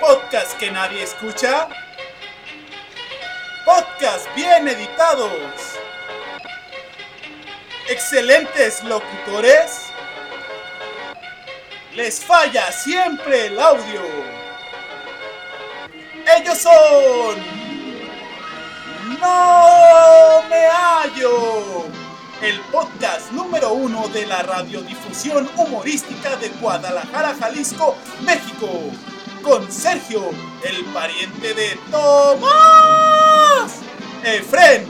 podcast que nadie escucha. Podcast bien editados. Excelentes locutores. Les falla siempre el audio. Ellos son... No me hallo. El podcast número uno de la radiodifusión humorística de Guadalajara, Jalisco, México. Con Sergio, el pariente de Tomás. Efren,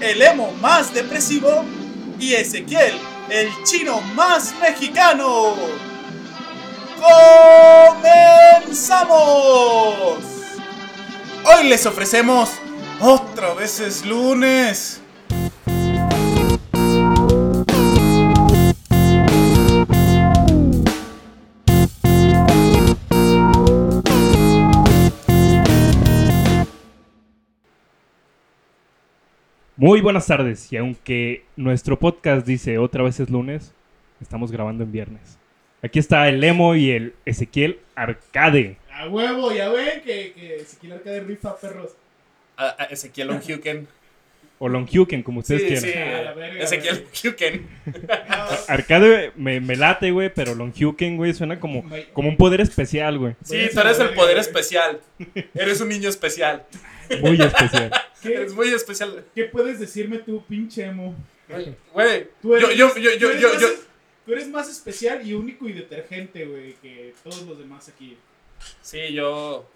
el emo más depresivo. Y Ezequiel, el chino más mexicano. ¡Comenzamos! Hoy les ofrecemos... Otra vez es lunes. Muy buenas tardes, y aunque nuestro podcast dice otra vez es lunes, estamos grabando en viernes. Aquí está el Lemo y el Ezequiel Arcade. A huevo, ya ven que, que Ezequiel Arcade rifa, perros. a- a Ezequiel Huken. O Longhuken, como ustedes Sí, quieran. sí. Ah, la verga, Ezequiel Huken. Ar- Arcade me, me late, güey, pero Longhuken, güey, suena como, como un poder especial, güey. Sí, tú eres el poder especial. Eres un niño especial. Muy especial. ¿Qué, Eres muy especial. qué puedes decirme tú, pinche emo? Güey, Tú yo, eres, yo, yo, tú yo, eres yo, más, yo. Tú eres más especial y único y detergente, güey, que todos los demás aquí. Sí, yo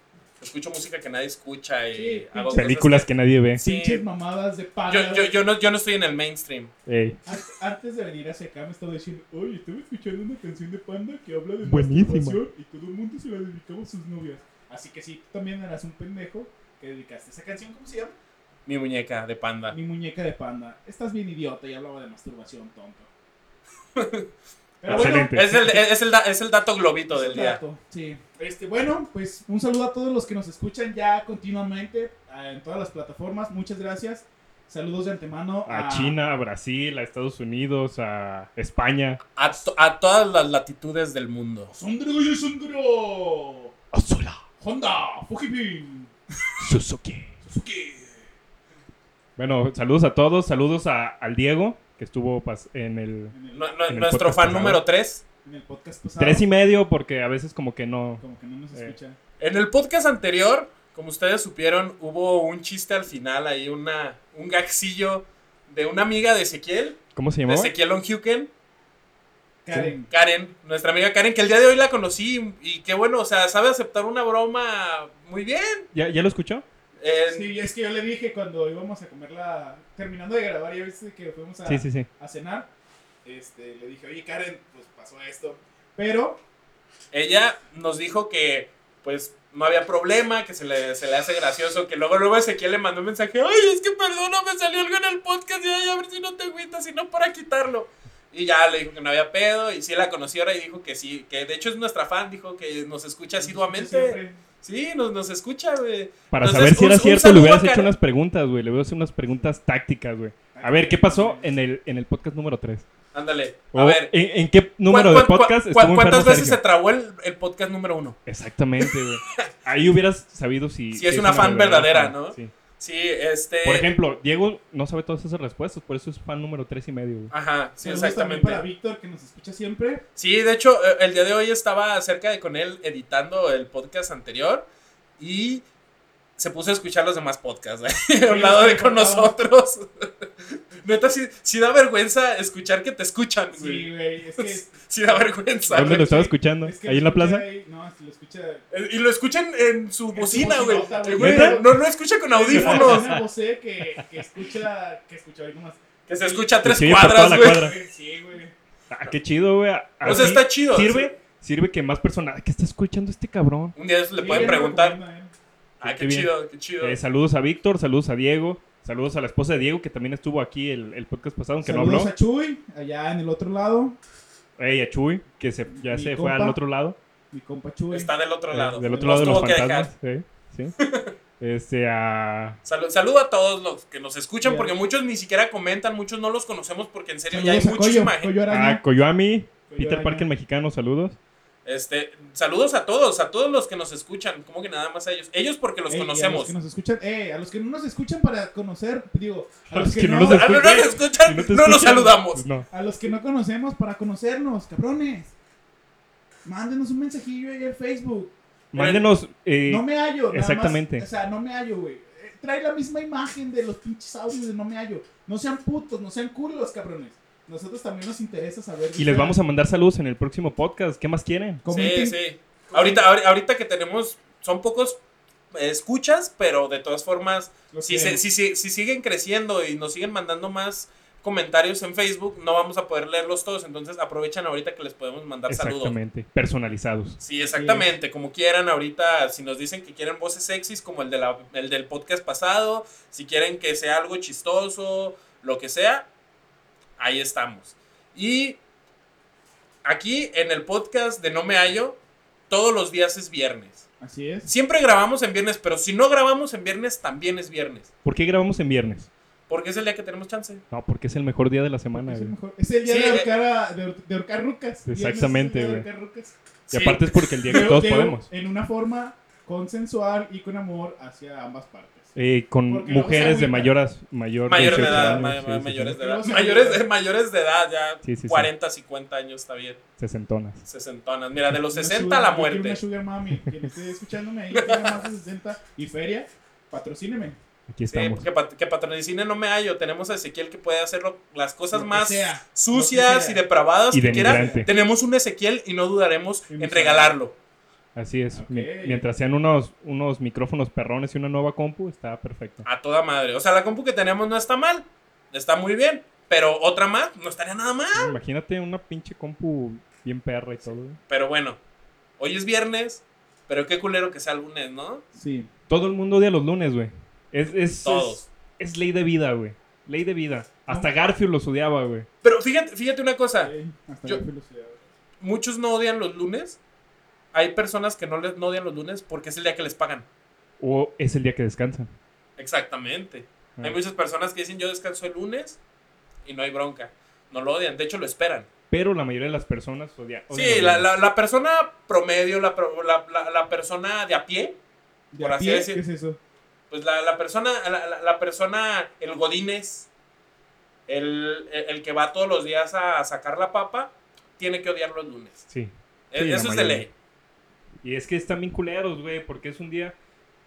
escucho música que nadie escucha y Sí, hago cosas Películas que nadie ve. Sí. Pinches mamadas de paga. Eh, Yo, yo, güey. yo, no, yo no estoy en el mainstream. Ey. An- Antes de venir hacia acá me estaba diciendo, oye, estaba escuchando una canción de Panda que habla de Buenísima. masturbación y todo el mundo se la dedicaba a sus novias. Así que sí, tú también eras un pendejo que dedicaste esa canción, ¿cómo se llama? Mi muñeca de panda. Mi muñeca de panda. Estás bien idiota y hablaba de masturbación, tonto. Pero bueno, Ah, Excelente. Es el, es, el, da- es el dato globito del es un día. dato, sí. Este, bueno, pues un saludo a todos los que nos escuchan ya continuamente ah, en todas las plataformas. Muchas gracias. Saludos de antemano A China, a Brasil, a Estados Unidos, a España. A, to- a todas las latitudes del mundo. Sondro y Sondro. Azula, Honda, Fujipin, Suzuki. Suzuki. Bueno, saludos a todos. Saludos a- al Diego, que estuvo pas- en el En el, No- no- En el nuestro podcast fan pasado. número 3. en el podcast pasado. Tres y medio, porque a veces como que no. Como que no nos Eh. escucha. En el podcast anterior, como ustedes supieron, hubo un chiste al final, ahí una, un gaxillo de una amiga de Ezequiel, ¿Cómo se de llamaba? Ezequiel Onhuken, Karen. Karen, nuestra amiga Karen, que el día de hoy la conocí y qué bueno, o sea, sabe aceptar una broma muy bien. ¿Ya, ¿Ya lo escuchó? Eh, Sí, es que yo le dije cuando íbamos a comerla, terminando de grabar, ya viste que fuimos a, Sí, sí, sí. a cenar, este, le dije, oye Karen, pues pasó esto. Pero, Ella nos dijo que pues no había problema, que se le, se le hace gracioso, que luego luego Ezequiel le mandó un mensaje, ay, es que perdona, me salió algo en el podcast y ay, a ver si no te agüitas, sino para quitarlo. Y ya le dijo que no había pedo y sí la conoció ahora y dijo que sí, que de hecho es nuestra fan, dijo que nos escucha asiduamente. siempre, Sí, nos, nos escucha, güey. Para Entonces, saber si un- era un cierto, saludo le hubieras a hecho Karen. unas preguntas, güey. Le hubieras hecho unas preguntas tácticas, güey. A ver, ¿qué pasó en el, en el podcast número 3? Ándale. A ver. ¿en, en qué Oh, número ¿cuán- de cuán- podcast cuán- estuvo enfermo ¿Cuántas veces se Sergio? trabó el, el podcast número uno? Exactamente, güey. Ahí hubieras sabido si... Si es una fan verdadera, ¿no? Sí. Sí, este... Por ejemplo, Diego no sabe todas esas respuestas, por eso es fan número tres y medio, güey. Ajá, sí, saludos también exactamente. para Víctor, que nos escucha siempre. Sí, de hecho, eh, el día de hoy estaba cerca de con él editando el podcast anterior y se puso a escuchar los demás podcasts ¿eh? a un lado de con nosotros. Neta, sí, sí da vergüenza escuchar que te escuchan, Sí, güey. güey, es que... Sí da vergüenza. ¿Dónde güey. lo estaba escuchando? es que ¿Ahí en la escucha plaza? ahí- no, si lo escucha... Eh, Y lo escuchan en su su bocina, güey. bocinota, güey. Güey, ¿Neta? No, no escucha con audífonos. Una voz eh, que, que escucha, que escucha ahorita más. Que se escucha a tres Sí, por toda cuadras, la güey. cuadra. Sí, güey. Ah, qué chido, güey. O sea, Así está chido. Sirve, sirve que más personas... ¿Qué está escuchando este cabrón? Un día le Sí, pueden ya lo preguntar. recomienda, eh. Ah, Qué qué bien. chido, qué chido. Eh, saludos a Víctor, saludos a Diego, saludos a la esposa de Diego que también estuvo aquí el, el podcast pasado, aunque no Saludos habló. a Chuy, allá en el otro lado. Ey, a Chuy, que se, ya Mi se fue compa. al otro lado. Mi compa Chuy. Está del otro eh, lado. del otro lado Nos de los tuvo que dejar. fantasmas. sí, sí. Este, a. Salu- saludo a todos los que nos escuchan, Ya. porque muchos ni siquiera comentan, muchos no los conocemos, porque en serio ya hay Saludos a Coyo, muchísima gente. Coyo Araña. A Coyoami, Coyo Peter Araña. Parker mexicano, saludos. Este, saludos a todos, a todos los que nos escuchan, como que nada más a ellos. Ellos porque Ah, los Ey, y A los conocemos. que nos escuchan, eh, a los que no nos escuchan para conocer, digo, a los que, no, nos Ah, no, no nos escuchan, Si no, te los escuchan, saludamos. No. a los que no conocemos para conocernos, cabrones. Mándenos un mensajillo ahí en Facebook. Mándenos. eh, No me hallo. nada más. exactamente. o sea, no me hallo, güey. Eh, Trae la misma imagen de los pinches audios de no me hallo. No sean putos, no sean culos, cabrones. Nosotros también nos interesa saber. Y les vamos a mandar saludos en el próximo podcast. ¿Qué más quieren? Sí, sí. Ahorita, ahor- ahorita que tenemos, son pocos eh, escuchas, pero de todas formas, si, se- si, si- si siguen creciendo y nos siguen mandando más comentarios en Facebook, no vamos a poder leerlos todos. Entonces aprovechan ahorita que les podemos mandar saludos. Exactamente. Personalizados. Sí, exactamente, como quieran ahorita, si nos dicen que quieren voces sexys como el, de la, el del podcast pasado, si quieren que sea algo chistoso, lo que sea, ahí estamos. Y aquí en el podcast de No Me Hallo, todos los días es viernes. Así es. Siempre grabamos en viernes, pero si no grabamos en viernes, también es viernes. ¿Por qué grabamos en viernes? Porque es el día que tenemos chance. No, porque es el mejor día de la semana. Es el, güey. mejor- es el día Sí, de, eh. ahorcar a- de, ahor- de ahorcar rucas. Exactamente, Viernes es el día de güey. ahorcar rucas. Y Sí. aparte es porque el día que Pero todos de- podemos. En una forma consensual y con amor hacia ambas partes. Eh, con Porque luego se mujeres de agüitan. mayoras, mayor Mayores de 18 edad, años, ma- sí, ma- sí, mayores sí. de edad. Sí, sí, sí. Mayores de, mayores de edad, ya Sí, sí, sí. 40, 50 años está bien. Sesentonas. Sesentonas. Mira, de los Una 60 sugar- a la yo quiero muerte. Una sugar mami, quien esté escuchándome ahí, tenga más de 60 y feria, patrocíneme. Aquí Sí, estamos. que, pat- que patronicine no me hallo. Tenemos a Ezequiel que puede hacer lo- las cosas Lo que más sea, lo que sucias sea. y depravadas Y que quiera. denigrante. Tenemos un Ezequiel y no dudaremos Y en mucho regalarlo. Así es. Ok. Mi- Mientras sean unos, unos micrófonos perrones y una nueva compu, está perfecto. A toda madre. O sea, la compu que tenemos no está mal. Está muy bien. Pero otra más, no estaría nada mal. Imagínate una pinche compu bien perra y todo. güey. Pero bueno, hoy es viernes. Pero qué culero que sea lunes, ¿no? Sí. Todo el mundo odia los lunes, güey. Es, es, Todos. es, es ley de vida, güey. Ley de vida. Hasta Garfield los odiaba, güey. Pero fíjate, fíjate una cosa. eh, hasta yo- la velocidad. Muchos no odian los lunes. Hay personas que no, les, no odian los lunes porque es el día que les pagan. O es el día que descansan. Exactamente. Hay Ah. muchas personas que dicen yo descanso el lunes y no hay bronca. No lo odian, de hecho lo esperan. Pero la mayoría de las personas odia, odian. Sí, los la, lunes. la- la persona promedio, la, pro- la- la- la persona de a pie, ¿De por a así pie? decir. ¿Qué es eso? pues la, la persona, la, la- la persona, el godines, el, el- el que va todos los días a sacar la papa, tiene que odiar los lunes. Sí. E- Sí, la Eso es de mayoría. ley. Y es que están bien culeros, güey, porque es un día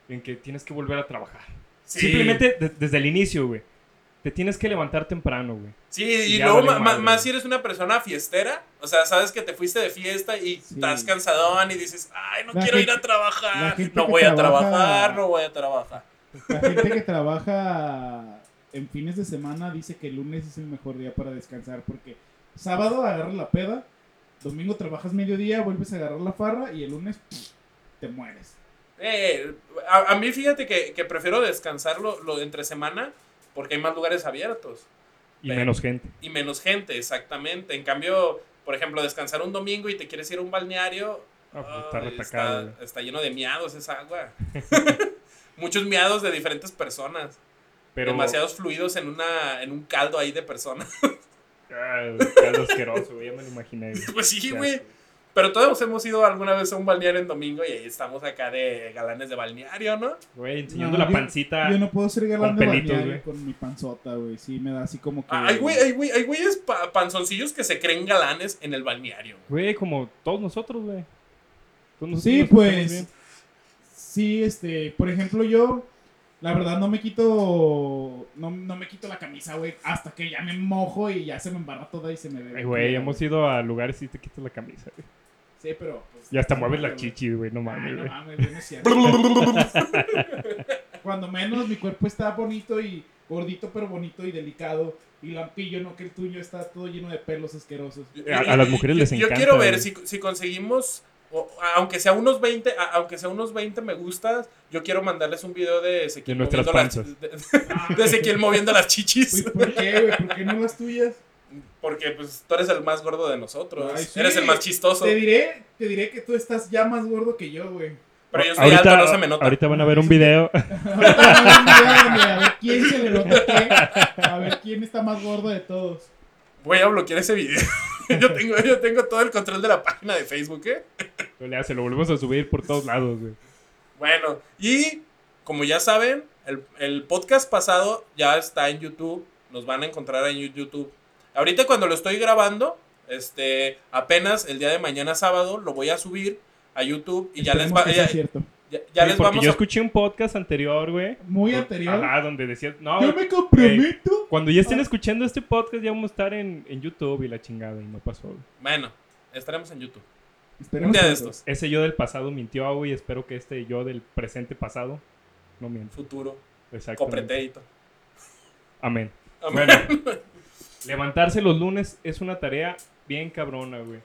en que tienes que volver a trabajar. Sí. Simplemente de- desde el inicio, güey. Te tienes que levantar temprano, güey. Sí, Y y, ya luego valió ma- ma- madre. más si eres una persona fiestera, o sea, sabes que te fuiste de fiesta y Sí. estás cansadón y dices, ay, no La quiero ir gente- a la trabajar, gente no que voy a trabaja- trabajar, no voy a trabajar. La gente que trabaja en fines de semana dice que el lunes es el mejor día para descansar porque sábado agarras la peda, domingo trabajas mediodía, vuelves a agarrar la farra y el lunes pff, te mueres. Eh, a, a mí fíjate que, que prefiero descansarlo lo de entre semana porque hay más lugares abiertos Y Ve. menos gente. y menos gente, exactamente. En cambio, por ejemplo, descansar un domingo y te quieres ir a un balneario, Ah, pues ay, está retacado, está, güey. está lleno de miados esa agua. Muchos miados de diferentes personas. Pero. demasiados fluidos en una en un caldo ahí de personas. Ah, güey, caldo asqueroso, güey. Ya me lo imaginé, güey. pues sí, Qué güey. asco. Pero todos hemos ido alguna vez a un balneario en domingo y ahí estamos acá de galanes de balneario, ¿no? Güey, enseñando No, la yo- Ah, pancita. Yo no puedo ser galán Con de pelitos, balneario güey. con mi panzota, güey. Sí, me da así como que... Ah, Hay, güey, hay, güey, hay güeyes pa- panzoncillos que se creen galanes en el balneario. Güey, como todos nosotros, güey. Todos nosotros Sí, nos portamos bien. pues. Sí, este, por ejemplo, yo la verdad no me quito no, no me quito la camisa, güey, hasta que ya me mojo y ya se me embarra toda y se me ve. Ay, güey, hemos ido a lugares y te quitas la camisa, güey. Sí, pero pues, Y hasta no mueves mames, la güey. chichi, güey. No Ay, mames, no güey. mames, güey, no es cierto. Cuando menos mi cuerpo está bonito y gordito, pero bonito y delicado y lampillo, no que el tuyo está todo lleno de pelos asquerosos. A- a las mujeres les yo, encanta, eh. Yo quiero güey. ver si, si conseguimos, o- aunque sea unos 20, a- aunque sea unos 20 me gustas, yo quiero mandarles un video de Ezequiel, De nuestras moviendo las- de- de- Ah, de Ezequiel moviendo las Uy, chichis. ¿Por qué, güey? ¿Por qué no las tuyas? Porque pues tú eres el más gordo de nosotros. Ay, sí. Eres el más chistoso. Te diré, te diré que tú estás ya más gordo que yo, güey. Pero yo estoy Ahorita, alto, no se me nota. ahorita van a ver un video. a ver quién se le nota qué. A ver quién está más gordo de todos. Voy a bloquear ese video. yo, tengo, yo tengo todo el control de la página de Facebook, ¿eh? No le hace, lo volvemos a subir por todos lados, güey. Bueno, y como ya saben, el, el podcast pasado ya está en YouTube. Nos van a encontrar en YouTube. Ahorita cuando lo estoy grabando, este, apenas el día de mañana sábado lo voy a subir a YouTube y ya les, Esperemos va- que sea ya, cierto. ya- ya Sí, les porque vamos yo a... escuché un podcast anterior, güey. Muy anterior. Pues, Ajá, donde decías, no, Yo güey, me Ah. comprometo. cuando ya estén escuchando este podcast ya vamos a estar en, en YouTube y la chingada y no pasó. güey. Bueno, estaremos en YouTube. Esperemos Un día que de sea. estos. Ese yo del pasado mintió, güey, espero que este yo del presente pasado no mienta. Futuro. Exactamente. Copretérito. Amén. Amén. Bueno, levantarse los lunes es una tarea bien cabrona, güey.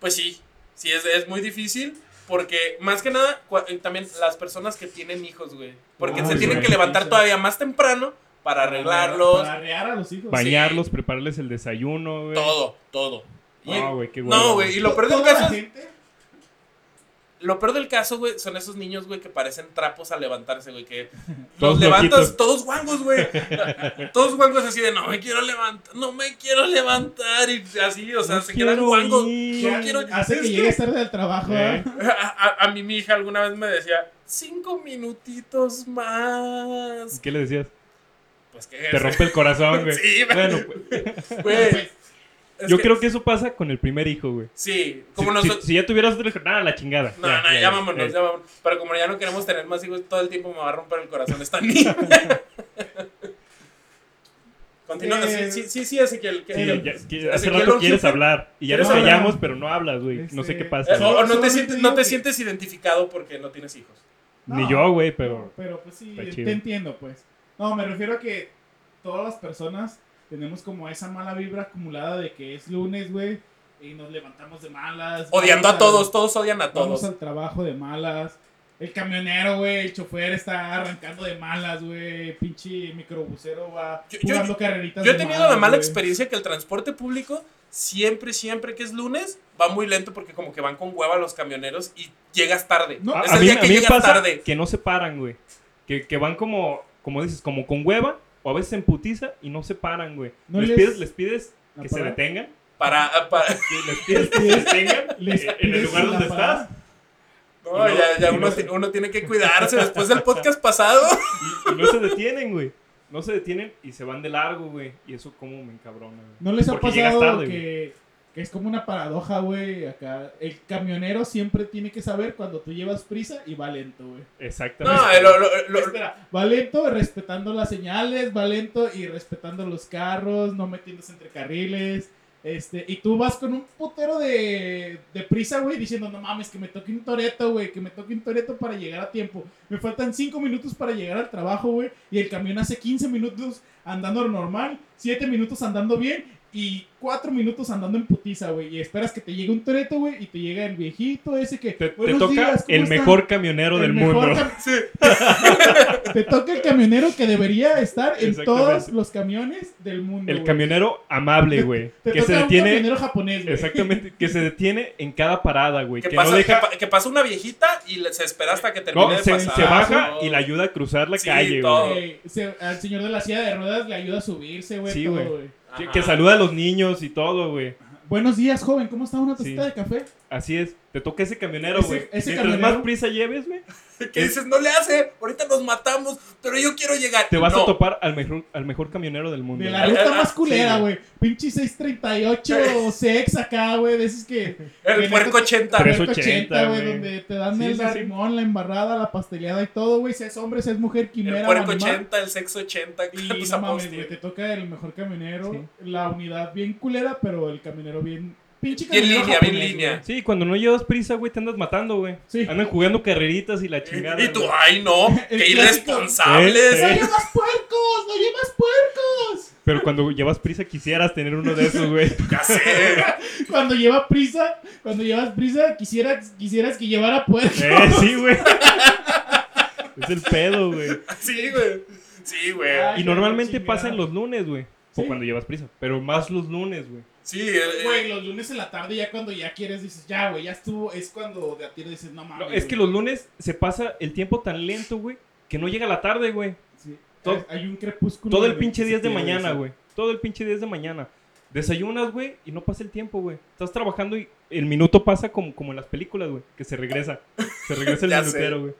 Pues sí, sí, es, es muy difícil. Porque más que nada, cua- eh, también las personas que tienen hijos, güey. Porque Ay, se tienen güey, que levantar sí. todavía más temprano para arreglarlos. Para arrear a los hijos. Baño, Bañarlos, prepararles el desayuno, güey. Todo, todo. Y- No, güey, qué hueva, no, güey. Y lo peor del Toda la caso, es- gente- lo peor del caso, güey, son esos niños, güey, que parecen trapos al levantarse, güey. Que los Todos levantas loquitos. todos guangos, güey. todos guangos así de no me quiero levantar, no me quiero levantar. Y así, o sea, No se quedan quiero guangos. ir. No quiero Hace es que que- llegues tarde al trabajo. Eh. ¿eh? A, a- a mí mi hija alguna vez me decía, cinco minutitos más. ¿Qué le decías? Pues qué es. Te rompe el corazón, güey. Sí, güey. bueno, pues, Güey, es yo creo que eso pasa con el primer hijo, güey. Sí, como Si, nosotros... si- si ya tuvieras otro hijo, nada, la chingada. No, no, ya, vámonos, eh. ya vámonos. Pero como ya no queremos tener más hijos, todo el tiempo me va a romper el corazón esta niña. Continúa, Eh, sí, sí, sí, sí, Ezequiel. que- Sí, que- ya- que hace Ezequiel rato Ojete. quieres hablar y ya nos ¿Quieres hablar? callamos, pero no hablas, güey. No sé Este, qué Eh, pasa. o- o no te, Solamente sientes, digo no te que- sientes identificado porque no tienes hijos. Ni No. yo, güey, pero Pero pues sí, Está chido. te entiendo, pues. No, me refiero a que todas las personas tenemos como esa mala vibra acumulada de que es lunes, güey, y nos levantamos de malas. Odiando vamos a al- todos, todos odian a Vamos todos. al trabajo de malas. El camionero, güey, el chofer está arrancando de malas, güey. Pinche microbusero va Yo- yo- jugando carreritas Yo he de tenido malas, la mala güey. experiencia que el transporte público siempre, siempre que es lunes, va muy lento porque como que van con hueva los camioneros y llegas tarde. No, a, es a el mí, día a que mí me llegas pasa tarde. que no se paran, güey. Que, que van como, como dices, como con hueva o a veces en putiza y no se paran, güey. No les, les- pides, les pides La que se parada. detengan. Para, para- que Les pides que se detengan eh, Les en- en el pides lugar la donde parada. estás No, Y no- ya, ya y uno, no se- ti- uno tiene que cuidarse después del podcast pasado. y, y no se detienen, güey. No se detienen y se van de largo, güey. Y eso como me encabrona, güey. ¿No les ha Porque llegas pasado tarde, que, que es como una paradoja, güey? Acá el camionero siempre tiene que saber cuando tú llevas prisa y va lento, güey. Exactamente. este, No, lo- lo- lo- Espera, va lento respetando las señales, va lento y respetando los carros, no metiéndose entre carriles. Este, y tú vas con un putero de, de prisa, güey, diciendo, no mames, que me toque un toreto, güey, que me toque un toreto para llegar a tiempo. Me faltan 5 minutos para llegar al trabajo, güey, y el camión hace 15 minutos andando normal, 7 minutos andando bien y 4 minutos andando en putiza, güey. Y esperas que te llegue un toreto, güey, y te llega el viejito ese que... te, te "Buenos toca días, ¿cómo el están?" mejor camionero El del mejor mundo. cam- sí. te toca el camionero que debería estar en Exactamente. todos los camiones del mundo. El güey. camionero amable, güey. Te Que toca se un detiene. camionero japonés, güey. Exactamente. Que se detiene en cada parada, güey. que, Que pasa, no deja. que pa- que pasa una viejita y le- se espera hasta que termine No, de se, pasar. se baja No. y la ayuda a cruzar la Sí, calle, todo. güey. Eh, se- al señor de la silla de ruedas le ayuda a subirse, güey. Sí, todo, güey. güey. Ajá. Que, que saluda a los niños y todo, güey. Buenos días, joven. ¿Cómo está una tacita Sí. de café? Así es. Te toca ese camionero, Ese- güey. ese Mientras camionero- más prisa lleves, güey, Que dices, no le hace, ahorita nos matamos, pero yo quiero llegar. te vas No. a topar al mejor, al mejor camionero del mundo. De güey. la ruta Ah, más culera, sí, güey. Pinche 638 sex acá, güey. De esos que. El puerco 80. Pero- 380, 380, güey. güey. Donde te dan Sí, el sí, sí. arrimón, la embarrada, la pasteleada y todo, güey. Seas hombre, seas mujer, quimera. El puerco animal. 80, el sexo 80. Y Kratos no mames, Apóstol. güey, te toca el mejor camionero, Sí. la unidad bien culera, pero el camionero bien... Pinche Bien camionero línea, bien japonés, línea. güey. Sí, cuando no llevas prisa, güey, te andas matando, güey. Sí. Andan jugando carreritas y la chingada. Y tú, güey. ay no, El qué clásico. irresponsables. Sí, ¡No sí. llevas puercos! ¡No llevas puercos! Pero cuando llevas prisa quisieras tener uno de esos, güey. Ya sé. Cuando lleva prisa, cuando llevas prisa, quisieras, quisieras que llevara puercos. Eh, sí, güey. Es el pedo, güey. Sí, güey. Sí, güey. Ay. Y normalmente pasa en los lunes, güey. Sí. O cuando llevas prisa. Pero más los lunes, güey. Sí, eh, Güey, los lunes en la tarde ya cuando ya quieres dices, ya, güey, ya estuvo, es cuando de a tiro dices, no mames. No, es que güey". los lunes se pasa el tiempo tan lento, güey, que no llega la tarde, güey. Sí. todo- Hay un crepúsculo. Todo el güey, pinche que se 10 de pierde, mañana, sí. güey. Todo el pinche 10 de mañana. Desayunas, güey, y no pasa el tiempo, güey. Estás trabajando y el minuto pasa como, como en las películas, güey. Que se regresa. Se regresa el Ya sé. minutero, güey.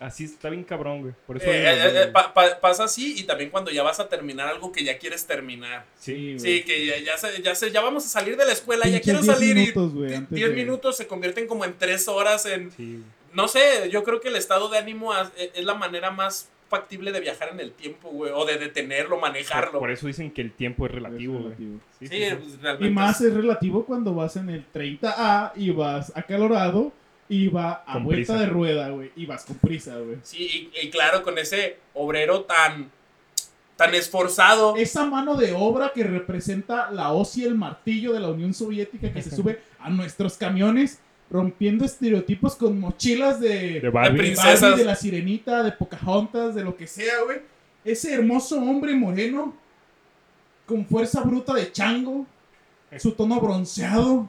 Así está bien cabrón, güey. Por Pues eso... Eh, odio las eh, redes, eh, pa- pa- pasa así y también cuando ya vas a terminar algo que ya quieres terminar. Sí, Sí, que ya, ya, se- ya, se- ya vamos a salir de la escuela, ya Pinches quiero 10 salir minutos, y güey, antes 10 de- minutos se convierten como en 3 horas en... güey. Sí, güey. No sé, yo creo que el estado de ánimo as- e- es la manera más factible de viajar en el tiempo, güey, o de detenerlo, manejarlo. Por, por eso dicen que el tiempo es relativo, Es güey. relativo. Sí, Sí, sí, sí. pues, realmente Y más es- es relativo cuando vas en el 30A y vas acalorado y va a Con vuelta prisa. de rueda, güey. Y vas con prisa, güey. Sí, y, y claro, con ese obrero tan, tan esforzado. Esa mano de obra que representa la hoz y el martillo de la Unión Soviética que se sube a nuestros camiones rompiendo estereotipos con mochilas de, De Barbie. La de princesa. princesas. Barbie, de la sirenita, de Pocahontas, de lo que sea, güey. Ese hermoso hombre moreno con fuerza bruta de chango, su tono bronceado,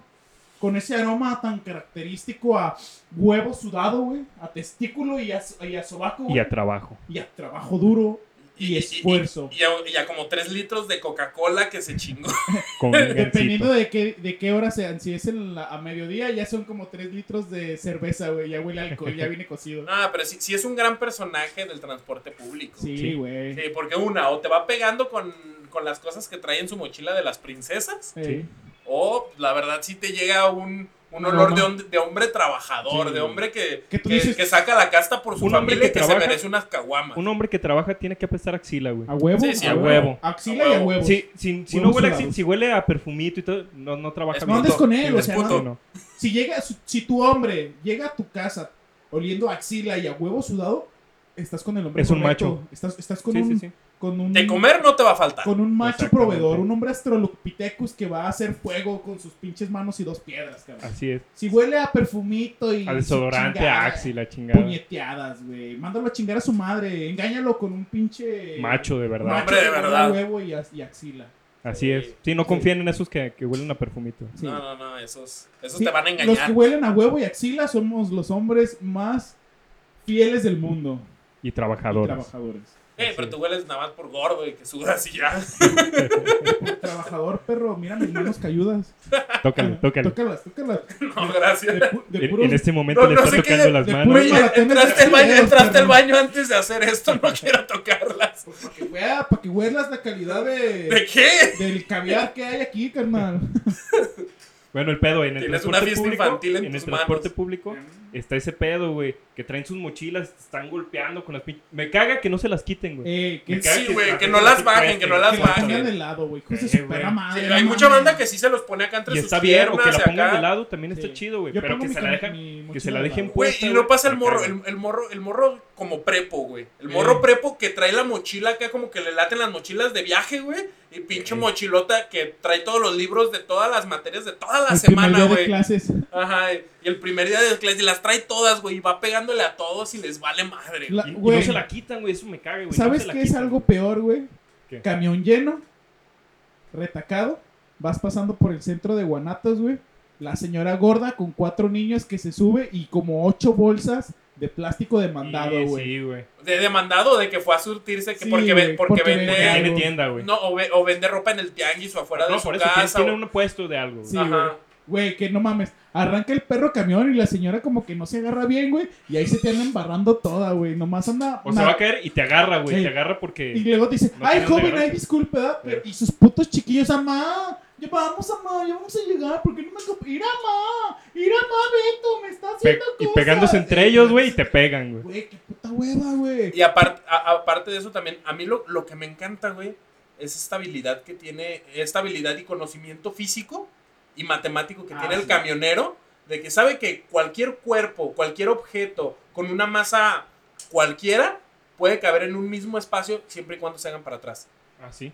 con ese aroma tan característico a huevo sudado, güey, a testículo y a, y a sobaco, güey, Y a trabajo. y a trabajo duro y esfuerzo. Y, a, y a como 3 litros de Coca-Cola que se chingó. Con un Dependiendo gancito. de qué, de qué hora sean, si es en la- a mediodía, ya son como 3 litros de cerveza, güey. Ya huele a alcohol, ya viene cocido. No, pero sí, sí es un gran personaje del transporte público. Sí, Sí. güey. Sí, porque una, o te va pegando con, con las cosas que trae en su mochila de las princesas, Ey. o la verdad sí te llega un, un Un olor de, aroma. hom- de hombre trabajador, Sí. de hombre que, Que tú que- dices- que saca la casta por su Un hombre familia y que que se trabaja- merece unas caguamas. Un hombre que trabaja tiene que apestar axila, güey. ¿A huevo? Sí, sí, a huevo. Axila A y a huevo. huevo. Sí, si, si no Huevos huele a sudados. axila, si huele a perfumito y todo, no, no trabaja Es No andes puto, con él, o es sea, Sí, puto. no, no. si llega, si- si tu hombre llega a tu casa oliendo a axila y a huevo sudado, estás con el hombre Es un correcto. macho. Estás, estás con, Sí, un, sí, sí. con un... De comer no te va a faltar. Con un macho Exactamente. proveedor, un hombre astrolopithecus que va a hacer fuego con sus pinches manos y dos piedras, cabrón. Así es. Si huele a perfumito y... A desodorante, ah, chingada, a axila, chingada. Puñeteadas, güey. Mándalo a chingar a su madre. Engáñalo con un pinche... Macho, de verdad. macho Hombre de que huele a verdad. huevo y, a- y axila. Así es. Sí, no confíen en esos que, que huelen a perfumito. Sí. No, no, no, esos, esos Sí, te van a Los que engañar. huelen a huevo y axila somos los hombres más fieles del mundo. Y y trabajadores. trabajadores. Eh, pero tú hueles nada más por gordo y que sudas y ya. Trabajador, perro, mira mis manos cayudas. Tócale, tócale. Tócalas, tócalas. No, De, gracias. pu- de En, puros- en este momento No, le no está sé qué- tocando las de manos. Güey, puros maratones entraste al baño, brasileños, entraste al perro. baño antes de hacer esto, no quiero tocarlas. Pues, para que huea- para que huelas la calidad de- ¿De qué? del caviar que hay aquí, carnal. Bueno, el pedo en el Tienes una transporte fiesta público, infantil en el tus transporte manos. público está ese pedo, güey, que traen sus mochilas, te están golpeando con las pin- Me caga que no se las quiten, güey. Eh, que Me que caga Sí, que güey, la que gente no las se bajen, preste. que no las la bajen. pongan de lado, güey. Hijo de Sí, su Eh, güey. perra Sí, madre. hay Ah, no mucha mames. banda que sí se los pone acá entre Y sus está bien, o que piernas la y pongan de acá. lado también está Sí. chido, güey. Yo Pero pongo que mi se la cam- dejan. mi que se mochila la de dejen lado. puesta. Güey, y no pasa el Me morro, caga. el, el morro, el morro como prepo, güey. El morro Eh. prepo que trae la mochila acá como que le laten las mochilas de viaje, güey. Y pinche Eh. mochilota que trae todos los libros de todas las materias de toda la El primer semana, día de güey. clases. Ajá, y el primer día de clase y las trae todas, güey, y va pegándole a todos y les vale madre. La- Y, y güey, no se la quitan, güey, eso me caga, güey. no ¿Sabes se la qué es quitan, algo güey. peor, güey? ¿Qué? Camión lleno, retacado, vas pasando por el centro de Guanatos, güey. La señora gorda con cuatro niños que se sube y como ocho bolsas de plástico de mandado, Sí, güey. Sí, güey. De demandado de que fue a surtirse, que Sí, porque, ve- güey, porque, porque vende, Porque algo. tiene tienda, güey. no, o, ve- o vende ropa en el tianguis o afuera de No, su por eso tiene- casa. tiene o- un puesto de algo, güey. Sí, Ajá. güey. Güey, que no mames. Arranca el perro camión y la señora como que no se agarra bien, güey. Y ahí se te anda embarrando toda, güey. Nomás anda... O se na- va a caer y te agarra, güey. Sí. Te agarra Y porque. luego dice, No ay, tiene joven, dónde ay, disculpe, ¿verdad? Pero- Sí. y sus putos chiquillos, amá, ya vamos, amá, ya vamos a llegar, ¿por qué no me acompa- Ir, amá, ir, amá, Beto, me está pe- haciendo y cosas. pegándose entre Eh, ellos, güey, y te pegan, güey. Güey, qué puta hueva, güey. Y aparte, aparte de eso también, a mí lo, lo que me encanta, güey, es esta habilidad que tiene, esta habilidad y conocimiento físico y matemático que Ah, tiene el sí. camionero, de que sabe que cualquier cuerpo, cualquier objeto, con una masa cualquiera, puede caber en un mismo espacio siempre y cuando se hagan para atrás. Ah, sí.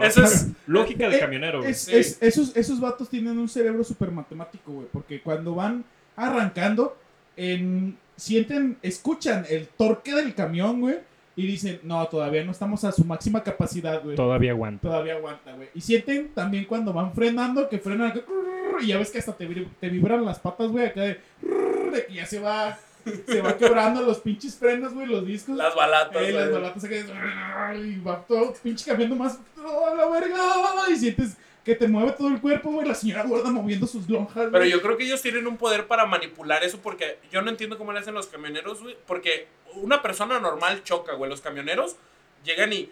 Eso es... Lógica de Eh, camionero, güey. Es- sí. es- esos, esos vatos tienen un cerebro súper matemático, güey, porque cuando van arrancando, en- sienten, escuchan el torque del camión, güey, y dicen, no, todavía no estamos a su máxima capacidad, güey. Todavía aguanta. Todavía aguanta, güey. Y sienten también cuando van frenando, que frenan acá, crrr, y ya ves que hasta te, vibr- te vibran las patas, güey, acá de, crrr, de que ya se va, se va quebrando los pinches frenos, güey, los discos. Las balatas. Eh, las güey. balatas acá de, crrr, y va todo pinche cambiando más, ¡oh, la verga! Y sientes que te mueve todo el cuerpo, güey. La señora gorda moviendo sus lonjas, Pero güey. yo creo que ellos tienen un poder para manipular eso porque yo no entiendo cómo le hacen los camioneros, güey. Porque una persona normal choca, güey. Los camioneros llegan y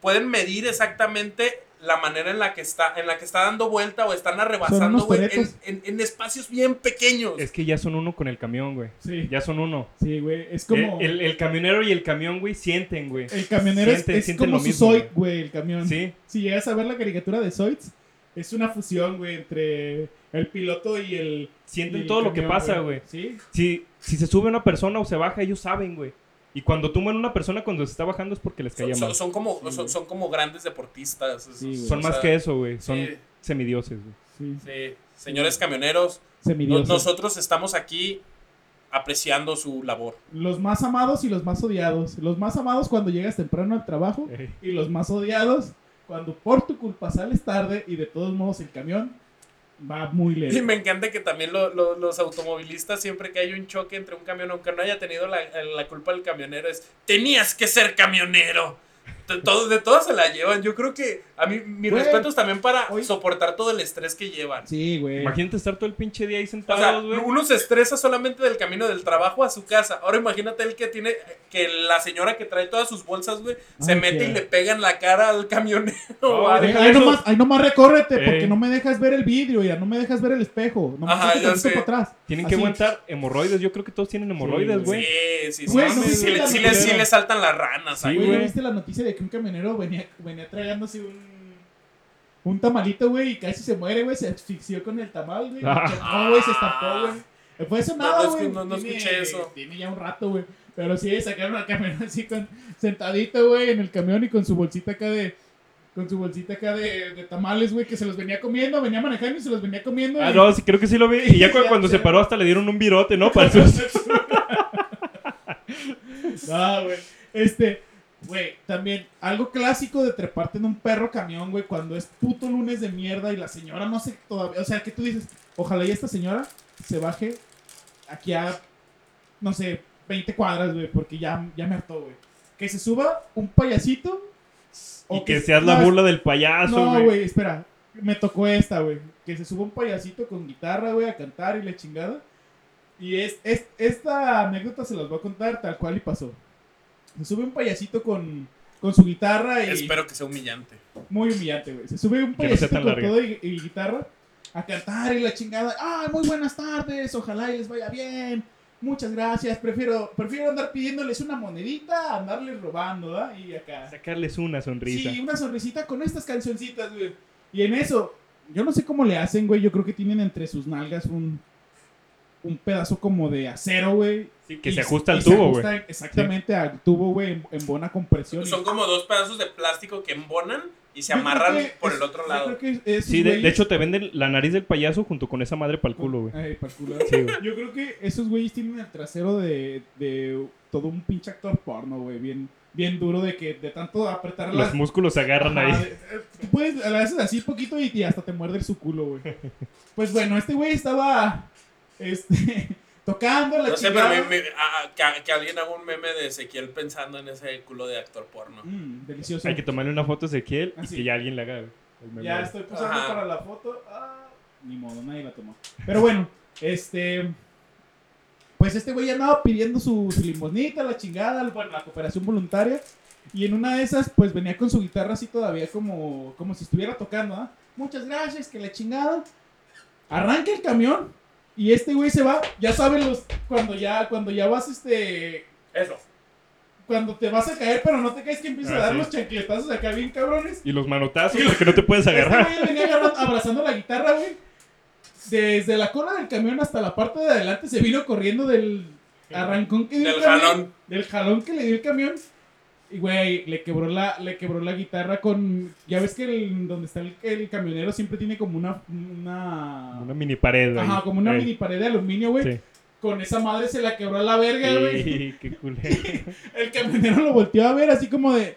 pueden medir exactamente la manera en la que está, en la que está dando vuelta o están arrebasando, unos güey, en, toretos. en- en espacios bien pequeños. Es que ya son uno con el camión, güey. Sí, Ya son uno. sí, güey. Es como. El, el- el camionero y el camión, güey, sienten, güey. El camionero es- Sienten- es, sienten como lo su mismo, Zoid, güey, el camión. Sí. Si llegas a ver la caricatura de Zoids, es una fusión, güey, entre el piloto y el. y Sienten el todo lo que camión, pasa, güey. Sí. Si, si se sube una persona o se baja, ellos saben, güey. Y cuando tumban una persona cuando se está bajando es porque les son, caía son- mal. Son, son como, Sí. son, son como grandes deportistas. Sí, güey. o más sea, eh, que eso, güey. Son sí. semidioses, güey. Sí. sí. Señores camioneros, no- Semidioses. nosotros estamos aquí apreciando su labor. Los más amados y los más odiados. Los más amados cuando llegas temprano al trabajo Ey. y los más odiados cuando por tu culpa sales tarde y de todos modos el camión va muy lento. Y me encanta que también lo- lo- los automovilistas, siempre que hay un choque entre un camión, aunque no haya tenido la, la culpa del camionero, es tenías que ser camionero. T- todo- de todas se la llevan. Yo creo que a mí, mis Güey, respetos también para hoy- soportar todo el estrés que llevan. Sí, güey. Imagínate estar todo el pinche día ahí O sea, sentados, güey. uno se estresa solamente del camino del trabajo a su casa. Ahora imagínate el que tiene, que la señora que trae todas sus bolsas, güey, se Ay, mete qué- y le pega en la cara al camionero. o Ahí, al- deja ahí eso. nomás, ahí nomás recórrete, Ey. porque no me dejas ver el vidrio, ya no me dejas ver el espejo. Nomás Ajá, échate ya tantito sé. para atrás. Tienen Así. que aguantar hemorroides. Yo creo que todos tienen hemorroides, Sí, güey. Sí, sí, sí. Güey, sí, no sí, sé sí, qué le- tan sí le- sí culero. le saltan las ranas. Sí, ahí. Güey, ¿no güey. viste la noticia de que un camionero venía, venía tragándose un, un tamalito, güey, y casi se muere, güey? Se asfixió con el tamal, güey. Ah. Chocó, güey, se estampó, güey. Fue eso Ah. No, nada, no güey. escu- no- no Tiene- escuché eso. Tiene ya un rato, güey. Pero sí, sacaron al camionero así con, sentadito, güey, en el camión y con su bolsita acá de... Con su bolsita acá de, de tamales, güey, que se los venía comiendo, venía manejando y se los venía comiendo. Ah, y- no, sí, creo que sí lo vi. Y ya cu- Ya cuando sé. se paró hasta le dieron un virote, ¿no? Para sus- No, güey. Este, güey, también algo clásico de treparte en un perro camión, güey, cuando es puto lunes de mierda y la señora no sé todavía. O sea, que tú dices, ojalá y esta señora se baje aquí a, no sé, 20 cuadras, güey, porque ya, ya me hartó, güey. Que se suba un payasito. Y que seas la no, burla del payaso, No, güey. güey, espera. Me tocó esta, güey. Que se suba un payasito con guitarra, güey, a cantar y la chingada. Y es, es- esta anécdota se las voy a contar tal cual y pasó. Se sube un payasito con, con su guitarra y... Espero que sea humillante. Muy humillante, güey. Se sube un Que no sea payasito tan con larga. todo y, y guitarra a cantar y la chingada. Ah, muy buenas tardes, ojalá y les vaya bien. Muchas gracias, prefiero, prefiero andar pidiéndoles una monedita a andarles robando, ¿verdad? Y acá. Sacarles una sonrisa. Sí, una sonrisita con estas cancioncitas, güey. Y en eso, yo no sé cómo le hacen, güey. Yo creo que tienen entre sus nalgas un, un pedazo como de acero, güey. Sí, que Y- se ajusta y al se tubo, ajusta güey. Exactamente al tubo, güey, en, en buena compresión. Son como dos pedazos de plástico que embonan y se Yo creo amarran que por es- el otro yo lado. creo que esos Sí, de, de güeyes- hecho te venden la nariz del payaso junto con esa madre para el culo, güey. Ay, pa'l culo. Sí, güey. Yo creo que esos güeyes tienen el trasero de, de todo un pinche actor porno, güey. Bien, bien duro de que de tanto apretar las, Los músculos se agarran Ajá, ahí. eh, eh, tú puedes, a veces así poquito y, y hasta te muerde su culo, güey. Pues bueno, este güey estaba este, tocando la No sé, pero chingada. me- me- a- a- que, a- que alguien haga un meme de Ezequiel pensando en ese culo de actor porno. Mm, delicioso. Hay que tomarle una foto a Ezequiel Ah, y sí. que ya alguien le haga. güey. El meme, Ya güey. estoy posando Ajá. para la foto. Ah, ni modo, nadie la tomó. Pero bueno, este. Pues este güey andaba pidiendo su, su limosnita, la chingada, bueno, la cooperación voluntaria. Y en una de esas, pues venía con su guitarra así todavía como, como si estuviera tocando, ¿ah? Muchas gracias, que la chingada. Arranca el camión y este güey se va. Ya saben los. Cuando ya, cuando ya vas, este. Eso. Cuando te vas a caer, pero no te caes, que empieza Ah, a dar sí. los chancletazos acá bien cabrones. Y los manotazos porque no te puedes Este agarrar. güey venía agarrando- abrazando la guitarra, güey. Desde la cola del camión hasta la parte de adelante se vino corriendo del arrancón que dio el Del camión, jalón. Del jalón que le dio el camión. Y, güey, le quebró la, le quebró la guitarra con... Ya ves que el- donde está el, el camionero siempre tiene como una... una... Una mini pared, güey. Ajá, como una Ey, mini pared de aluminio, güey. sí. Con esa madre se la quebró a la verga, güey. Ey, qué culero. El camionero lo volteó a ver así como de,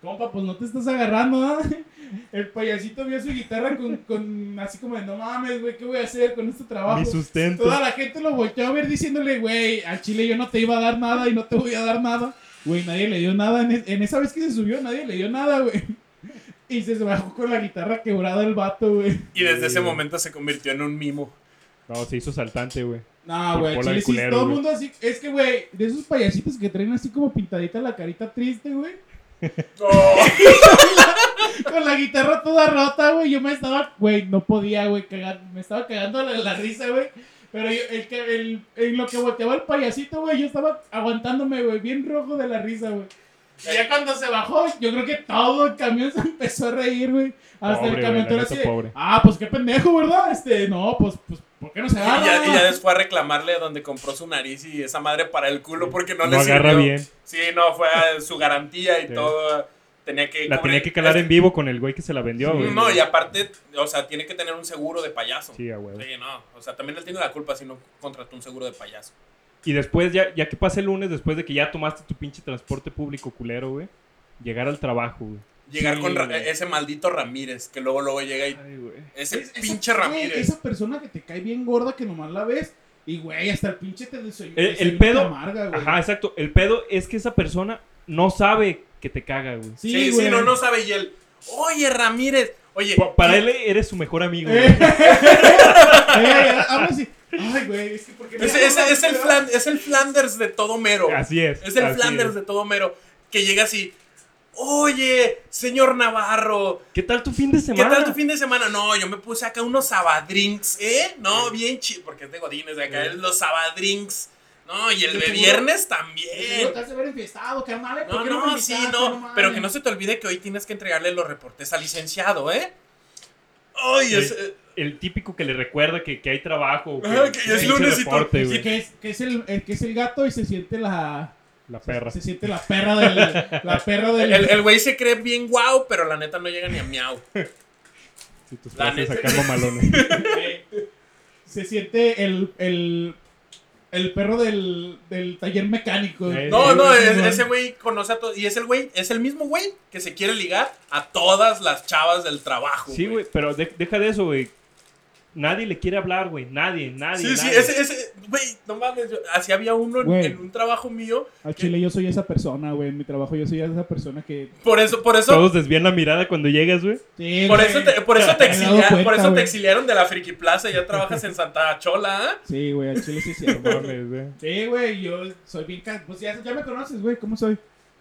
compa, pues no te estás agarrando, ¿ah?" El payasito vio su guitarra con, con así como de, no mames, güey, ¿qué voy a hacer con este trabajo? Mi sustento. Toda la gente lo volteó a ver diciéndole, güey, al chile yo no te iba a dar nada y no te voy a dar nada. Güey, nadie le dio nada. En, es- en esa vez que se subió, nadie le dio nada, güey. Y se bajó con la guitarra quebrada el vato, güey. Y desde ese Sí. momento se convirtió en un mimo. No, se hizo saltante, güey. No, Y güey, cola chile, de sí, culero, todo el güey. mundo así. Es que, güey, de esos payasitos que traen así como pintadita la carita triste, güey. Con la guitarra toda rota, güey. Yo me estaba, güey, no podía, güey, cagar. Me estaba cagando la, la risa, güey. Pero yo, el que, el, en lo que volteaba el payasito, güey, yo estaba aguantándome, güey, bien rojo de la risa, güey. Y ya cuando se bajó, yo creo que todo el camión se empezó a reír, güey. Hasta Pobre, el güey, camión la todo neta, así. de, pobre. Ah, pues qué pendejo, ¿verdad? Este, no, pues, pues, ¿por qué no se Y agarra? ya, y ya después a reclamarle donde compró su nariz y esa madre para el culo porque no, No, le agarra sirvió. bien. Sí, no, fue a su garantía y Sí. todo. Tenía que. La tenía cubrir- que calar en vivo con el güey que se la vendió, güey. No, y aparte, o sea, tiene que tener un seguro de payaso. Sí, Sí, a huevo. no. O sea, también él tiene la culpa si no contrató un seguro de payaso. Y después, ya, ya que pasa el lunes, después de que ya tomaste tu pinche transporte público culero, güey, llegar al trabajo, güey. Llegar Sí, con Ra- güey. ese maldito Ramírez que luego luego llega y. Ay, güey. Ese Es- esa- pinche güey, Ramírez. Esa persona que te cae bien gorda que nomás la ves. Y güey, hasta el pinche te desoy- El- el desayuno te pedo- amarga, güey. Ajá, exacto. El pedo es que esa persona no sabe que te caga, güey. Sí, Sí, sí, güey. no, no sabe. Y él, oye, Ramírez, oye. Pa- Para él eres su mejor amigo, güey. Eh, eh, habla así. Ay, güey, es que porque Es, es- es el flan, es el Flanders de todo mero. Así es. Es el así Flanders es. de todo mero. Que llega así. Oye, señor Navarro, ¿Qué tal tu fin de ¿qué semana? tal tu fin de semana? No, yo me puse acá unos sabadrinks, ¿eh? No, bien chido, porque es de Godines, de acá Sí. es los sabadrinks. No, y el De de seguro- viernes Bien. también. Te has de haber enfiestado, carnal. ¿eh? ¿Por No, qué me no, sí, invitaste? no. Pero que no mames. se te olvide que hoy tienes que entregarle los reportes al licenciado, ¿eh? Ay, Sí. es, eh, El típico que le recuerda que, que hay trabajo. o Ajá, Ah, que es pinche lunes y reporte, todo. güey. Que es, que, es el, el que es el gato y se siente la. La perra. Se siente la perra del. la perra del. el el güey se cree bien guau, pero la neta no llega ni a miau. Si tus La frases neta. acá mamalones. se siente el. el el perro del, del taller mecánico. Eh, No, Sí, no, güey, es- chingón. ese güey conoce a todos. Y es el güey, es el mismo güey que se quiere ligar a todas las chavas del trabajo. Sí, güey, pero de- deja de eso, güey. Nadie le quiere hablar, güey. Nadie, nadie. Sí, sí, nadie. ese, ese, güey, no mames, yo- así había uno en- Güey. en un trabajo mío. Al chile yo soy esa persona, güey. En mi trabajo yo soy esa persona que... Por eso, por eso, Todos desvían la mirada cuando llegas, güey. Sí, por güey. eso te, por eso Me te he dado exiliaron, por cuenta, eso te güey. exiliaron de la Friki Plaza, ya trabajas en Santa Chola, ¿eh? Sí, güey, al chile sí es No cierto. mames, güey. Sí, güey, yo soy bien... ca- Pues ya, ya me conoces, güey, ¿cómo soy?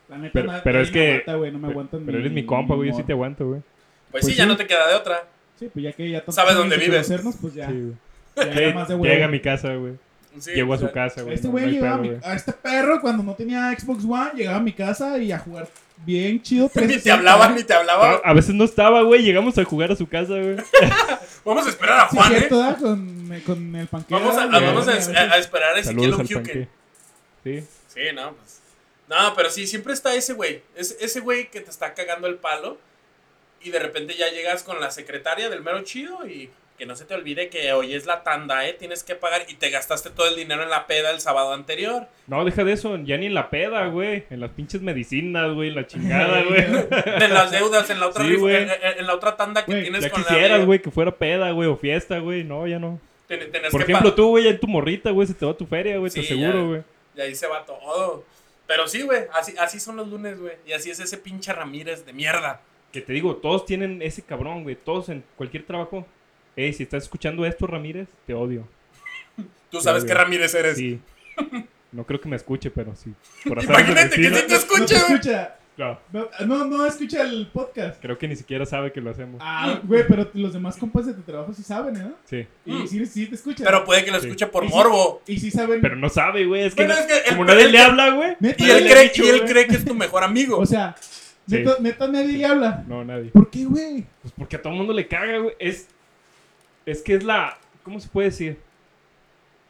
La neta, Pero- na- pero nadie es me que- aguanta, güey, no me Pero, aguantan pero mi- eres mi compa, güey. Yo sí humor. te aguanto, güey. Pues, sí, Pues ya sí. no te queda de otra. Sí, pues ya que ya... tanto Sabes tiempo dónde de vives. conocernos, pues ya. Sí, güey. ya era Lle- más de huevo. Llega a mi casa, güey. Sí, Llegó a o su sea, casa, güey. Este No- güey no hay llegaba a, pedo, mi- güey. a este perro cuando no tenía Xbox One, llegaba a mi casa y a jugar bien chido. Ni te hablaban, ni te hablaban. A a veces no estaba, güey. Llegamos a jugar a su casa, güey. Vamos a esperar a Sí, Juan, ¿eh? cierto, ¿verdad? Con, con el panquero. Vamos a, güey, vamos a, eh, y veces- a- a esperar a Ezequiel Saludos al panque. O'Huken. Sí. Sí, no, pues. No, pero sí, siempre está ese güey. Es, ese güey que te está cagando el palo. Y de repente ya llegas con la secretaria del mero chido. Y que no se te olvide que hoy es la tanda, ¿eh? Tienes que pagar. Y te gastaste todo el dinero en la peda el sábado anterior. No, deja de eso. Ya ni en la peda, güey. En las pinches medicinas, güey. En la chingada, güey. En las deudas, en la otra, Sí, rifa- güey. en, en- en la otra tanda que Güey, tienes Ya con quisieras, la. güey, que fuera peda, güey. O fiesta, güey. No, ya no. Ten- tenés Por que ejemplo, pa- tú, güey, en tu morrita, güey, se te va tu feria, güey, te Sí, ya. aseguro, güey. Y ahí se va todo. Pero sí, güey. Así, así son los lunes, güey. Y así es ese pinche Ramírez de mierda. Que te digo, todos tienen ese cabrón, güey, todos en cualquier trabajo. Ey, si estás escuchando esto, Ramírez, te odio. Tú Sí, sabes güey. que Ramírez eres. Sí. No creo que me escuche, pero sí. Por azar del Imagínate que destino- sí te No te escucha, güey. escucha. No, No, no, no escucha el podcast. creo que ni siquiera sabe que lo hacemos. Ah, güey, pero los demás compas de tu trabajo sí saben, ¿eh? Sí. Y sí, sí te escuchan. Mm. Pero puede que lo Sí. escuche por Y sí- morbo. y sí saben. Pero no sabe, güey, es que, Bueno, no- es que el- como nadie el- le habla, güey. neta, Y él, le- cree, dicho, y él güey. cree que es tu mejor amigo. O sea, Sí. neta, neta nadie le habla. No, nadie. ¿Por qué, güey? Pues porque a todo el mundo le caga, güey. Es, es que es la... ¿Cómo se puede decir?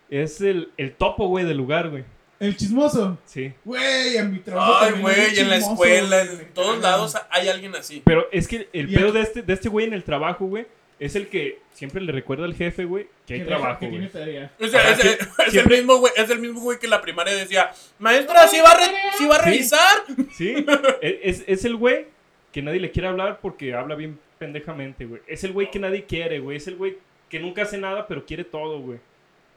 Es el, el topo, güey, del lugar, güey. El chismoso. Sí. Güey, a mi trabajo. Ay, también hay güey, un en la chismoso, escuela, güey, en me todos cagan. lados hay alguien así. Pero es que el Y pedo aquí- de este, de este güey en el trabajo, güey, es el que siempre le recuerda al jefe, güey, que hay Que trabajo, que tiene güey. tarea. O sea, Ajá, es, sí, es el siempre- mismo güey, es el mismo güey que en la primaria decía, maestra, ¿sí va a, re- sí va a Sí. revisar? Sí, e-, es, es el güey que nadie le quiere hablar porque habla bien pendejamente, güey. Es el güey que nadie quiere, güey. Es el güey que nunca hace nada, pero quiere todo, güey.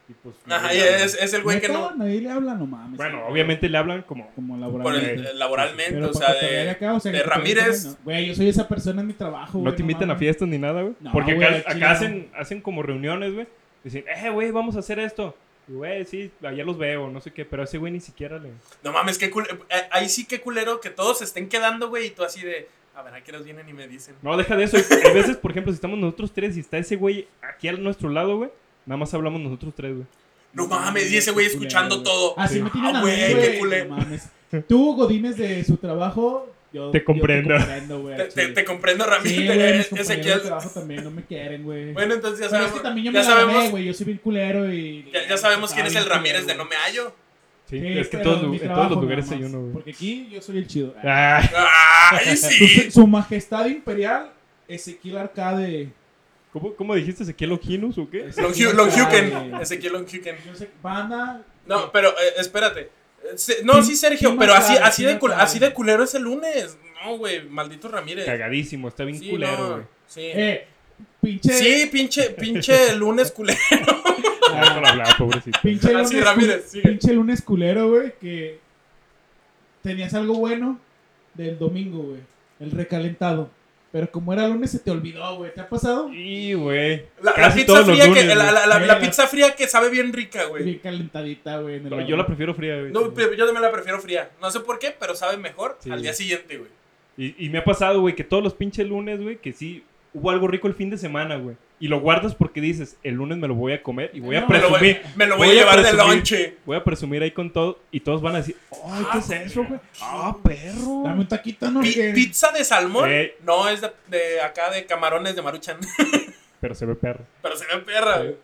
Y pues, Ajá, nadie y le habla. es, es el güey que ¿Neta? no. Nadie le habla, no mames. Bueno, obviamente le hablan como. Como Por laboralmente. el, laboralmente, Pero o para sea, cotorrear de. acá, o sea, de que te Ramírez. pregunten, ¿no? Güey, yo soy esa persona en mi trabajo, güey. No te invitan a mames. fiestas ni nada, güey. No, Porque acá, güey, acá chile, no. hacen, hacen como reuniones, güey. Dicen, eh, güey, vamos a hacer esto. Y, güey, sí, allá los veo, no sé qué. Pero ese güey ni siquiera le. No mames, qué culero. Ahí sí que culero que todos se estén quedando, güey, y tú así de. A ver, ¿a qué horas vienen y me dicen? No, deja de eso. Hay veces, por ejemplo, si estamos nosotros tres y está ese güey aquí a nuestro lado, güey. Nada más hablamos nosotros tres, güey. No mames, y ese güey escuchando Culero, todo. Así Sí. me tienen Ah, a mí, güey, qué güey. culero. No mames. Tú, Godines de su trabajo, yo Te yo comprendo. te comprendo, güey. Te, al te- chile. te comprendo, Sí, güey, mis Ramírez. compañeros de Ezequiel. trabajo también no me quieren, güey. Bueno, entonces ya Pero es sabemos. que también yo me Ya la sabemos, sabemos. güey. Yo soy bien culero y... Ya, ya sabemos quién es el Estaba bien Ramírez de culero, No Me Hallo. Sí, güey. Sí, es que pero todos, mi lu- en todos trabajo los nada lugares hay más, uno, güey. Porque aquí yo soy el chido. Ah, ¡Ay, Su, sí! su majestad imperial, Ezequiel Arcade. ¿cómo, ¿Cómo dijiste? ¿Ezequiel Ojinos o qué? Longhu- Longhuken. Ezequiel Longhuken. Yo sé, banda. No, pero eh, espérate. Eh, se- No, sí, sí Sergio, me pero así, sabe, así, sí de, me cul- sabe. así de culero es el lunes. No, güey, maldito Ramírez. Cagadísimo, está bien Sí, culero, no, güey. sí. Eh, pinche. Sí, pinche, pinche lunes culero. Ya déjalo hablar, pobrecito. ah, Pinche Ah, lunes, sí, Ramírez, cul- sigue. pinche lunes culero, güey, que tenías algo bueno del domingo, güey. El recalentado. Pero como era lunes, se te olvidó, güey. ¿Te ha pasado? Y, güey. La, la Casi pizza todos los fría que, lunes, la, güey. la- la- Sí, la la- pizza fría que sabe bien rica, güey. Bien calentadita, güey. en el No, horno. yo la prefiero fría, güey. No, pero yo también la prefiero fría. No sé por qué, pero sabe mejor Sí. al día siguiente, güey. Y, y me ha pasado, güey, que todos los pinches lunes, güey, que sí hubo algo rico el fin de semana, güey. Y lo guardas porque dices, el lunes me lo voy a comer y voy a No, Me lo voy, presumir. me lo voy a Voy a llevar de presumir. lonche. Voy a presumir ahí con todo y todos van a decir, ¡ay, qué es eso, güey! ¡Ah, perro! Dame un taquito, ¿no? Pi- Que- pizza de salmón. Sí. No, es de, de acá de camarones de Maruchan. Pero se ve perro. pero se ve perra, güey.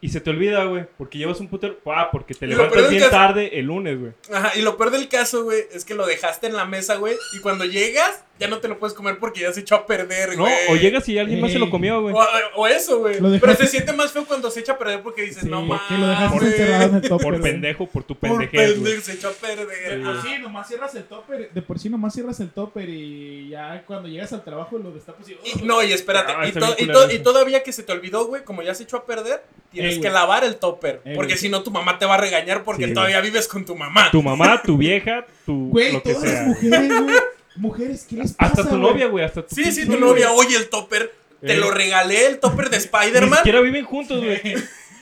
Y se te olvida, güey, porque llevas un putero. ¡Ah, porque te Y lo peor levantas es bien que- tarde el lunes, güey! Ajá, y lo peor del caso, güey, es que lo dejaste en la mesa, güey, y cuando llegas, ya no te lo puedes comer porque ya se echó a perder, No, güey. Ah, o llegas y alguien más se lo Ey. comió, güey. O, o eso, güey. Lo Pero dejaste- se siente más feo cuando se echa a perder porque dices, Sí, no mames. que lo dejaste encerrado en el topper. Por güey. pendejo, por tu Por pendejez, güey. pendejo, se echó a perder. De por Ah, sí, nomás cierras el topper. De por sí, nomás cierras el topper. Y ya cuando llegas al trabajo, lo destapas y. "Oh, Y- no, y espérate, Ah, y, está to- bien y culero to- y eso. Eh, todavía que se te olvidó, güey, como ya se echó a perder, tienes Ey, que güey. lavar el topper, Ey, porque güey. si no tu mamá te va a regañar porque Sí, todavía vives con tu mamá. Tu mamá, tu vieja, tu... Güey, lo que todas sea. las güey. mujeres, güey. Mujeres, ¿qué les pasa? Hasta tu güey? novia, güey, hasta tu... Sí, sí, Sí, tu güey. novia, oye el topper, te Ey. lo regalé, el topper de Eh, Ni Spider-Man. siquiera viven juntos, güey.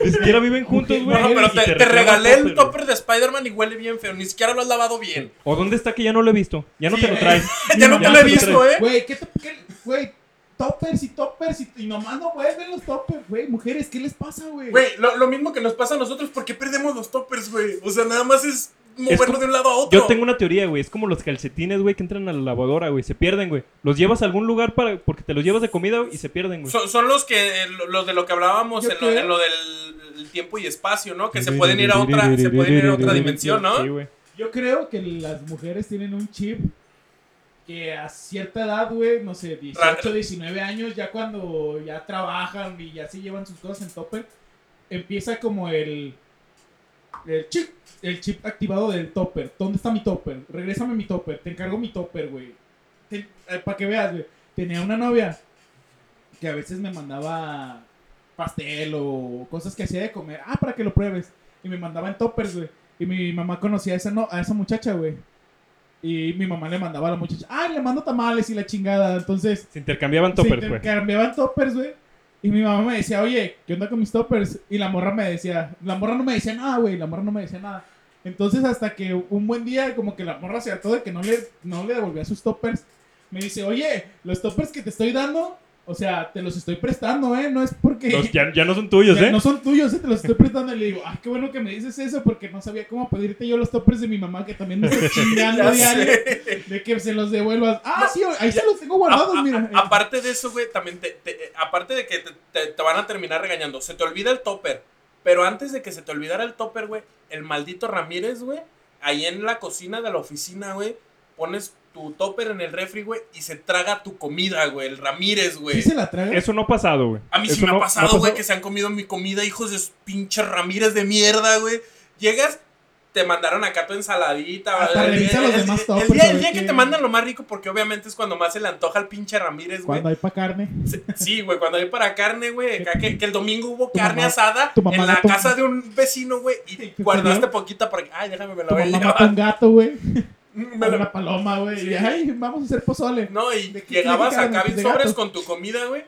Ni siquiera viven juntos, güey. No, Eres pero Y te, te reclama regalé el güey. topper de Spider-Man y huele bien feo. Ni siquiera lo has lavado bien. ¿O dónde está que ya no lo he visto? Ya no Sí, te lo eh. traes. ya no te Ya lo he te lo visto, ¿eh? Güey, ¿qué, to- qué- güey, toppers y toppers y, y nomás no vuelven los toppers, güey. Mujeres, ¿qué les pasa, güey? Güey, lo, lo mismo que nos pasa a nosotros, ¿por qué perdemos los toppers, güey? O sea, nada más es moverlo como- de un lado a otro. Yo tengo una teoría, güey. Es como los calcetines, güey, que entran a la lavadora, güey. Se pierden, güey. Los llevas a algún lugar para... porque te los llevas de comida güey, y se pierden, güey. Son, son los que eh, lo- los de lo que hablábamos Yo en lo, creo- en lo del el tiempo y espacio, ¿no? Que se pueden ir a otra, se pueden ir a otra dimensión, Sí, ¿no? güey. Yo creo que las mujeres tienen un chip que a cierta edad, güey, no sé, 18, 19 años, ya cuando ya trabajan y ya se llevan sus cosas en topper, empieza como el, el chip, el chip activado del topper. ¿Dónde está mi topper? Regrésame mi topper, te encargo mi topper, güey. Para que veas, güey. Tenía una novia que a veces me mandaba pastel o cosas que hacía de comer. Ah, para que lo pruebes. Y me mandaba en toppers, güey. Y mi mamá conocía a esa, no, a esa muchacha, güey. Y mi mamá le mandaba a la muchacha, ah, le mando tamales y la chingada. Entonces, Se intercambiaban toppers, se güey. intercambiaban toppers, güey. Y mi mamá me decía, oye, ¿qué onda con mis toppers? Y la morra me decía, la morra no me decía nada, güey, la morra no me decía nada. Entonces, hasta que un buen día, como que la morra se hartó de que no le, no le devolvía sus toppers, me dice, oye, los toppers que te estoy dando, o sea, te los estoy prestando, ¿eh? No es porque... Los- ya, ya no son tuyos, Ya ¿eh? No son tuyos, eh, te los estoy prestando. Y le digo, ay, qué bueno que me dices eso porque no sabía cómo pedirte yo los toppers de mi mamá que también me está chingando Ya diario sé. de que se los devuelvas. Ah, sí, ahí ya- se los tengo A- guardados, a- mira. eh, a- aparte de eso, güey, también te, te- eh, aparte de que te, te- te van a terminar regañando, se te olvida el topper. Pero antes de que se te olvidara el topper, güey, el maldito Ramírez, güey, ahí en la cocina de la oficina, güey, pones tu topper en el refri, güey, y se traga tu comida, güey, el Ramírez, güey. ¿Sí se la traga? Eso no ha pasado, güey. A mí sí Eso me no- ha no pasado, güey, pasado. que se han comido mi comida, hijos de pinches Ramírez de mierda, güey. Llegas, te mandaron acá tu ensaladita. Hasta el, revisa día- los el- demás el toppers, día, a el ver día que qué- te mandan lo más rico, porque obviamente es cuando más se le antoja al pinche Ramírez, güey. Cuando hay pa' carne. Sí, Sí, güey, cuando hay para carne, güey. acá Que, que el domingo hubo Tu carne mamá- asada tu mamá en la mató- casa de un vecino, güey. Sí, Y ¿te guardaste perdió? poquita porque. Ay, déjame, me la Tu voy a mamá llevar. Mm, mató un gato, güey. Me la- Una paloma, güey. Sí. Y ay, vamos a hacer pozole. No, y ¿De qué llegabas tiene que acá carne? bien De sobres gato. con tu comida, güey.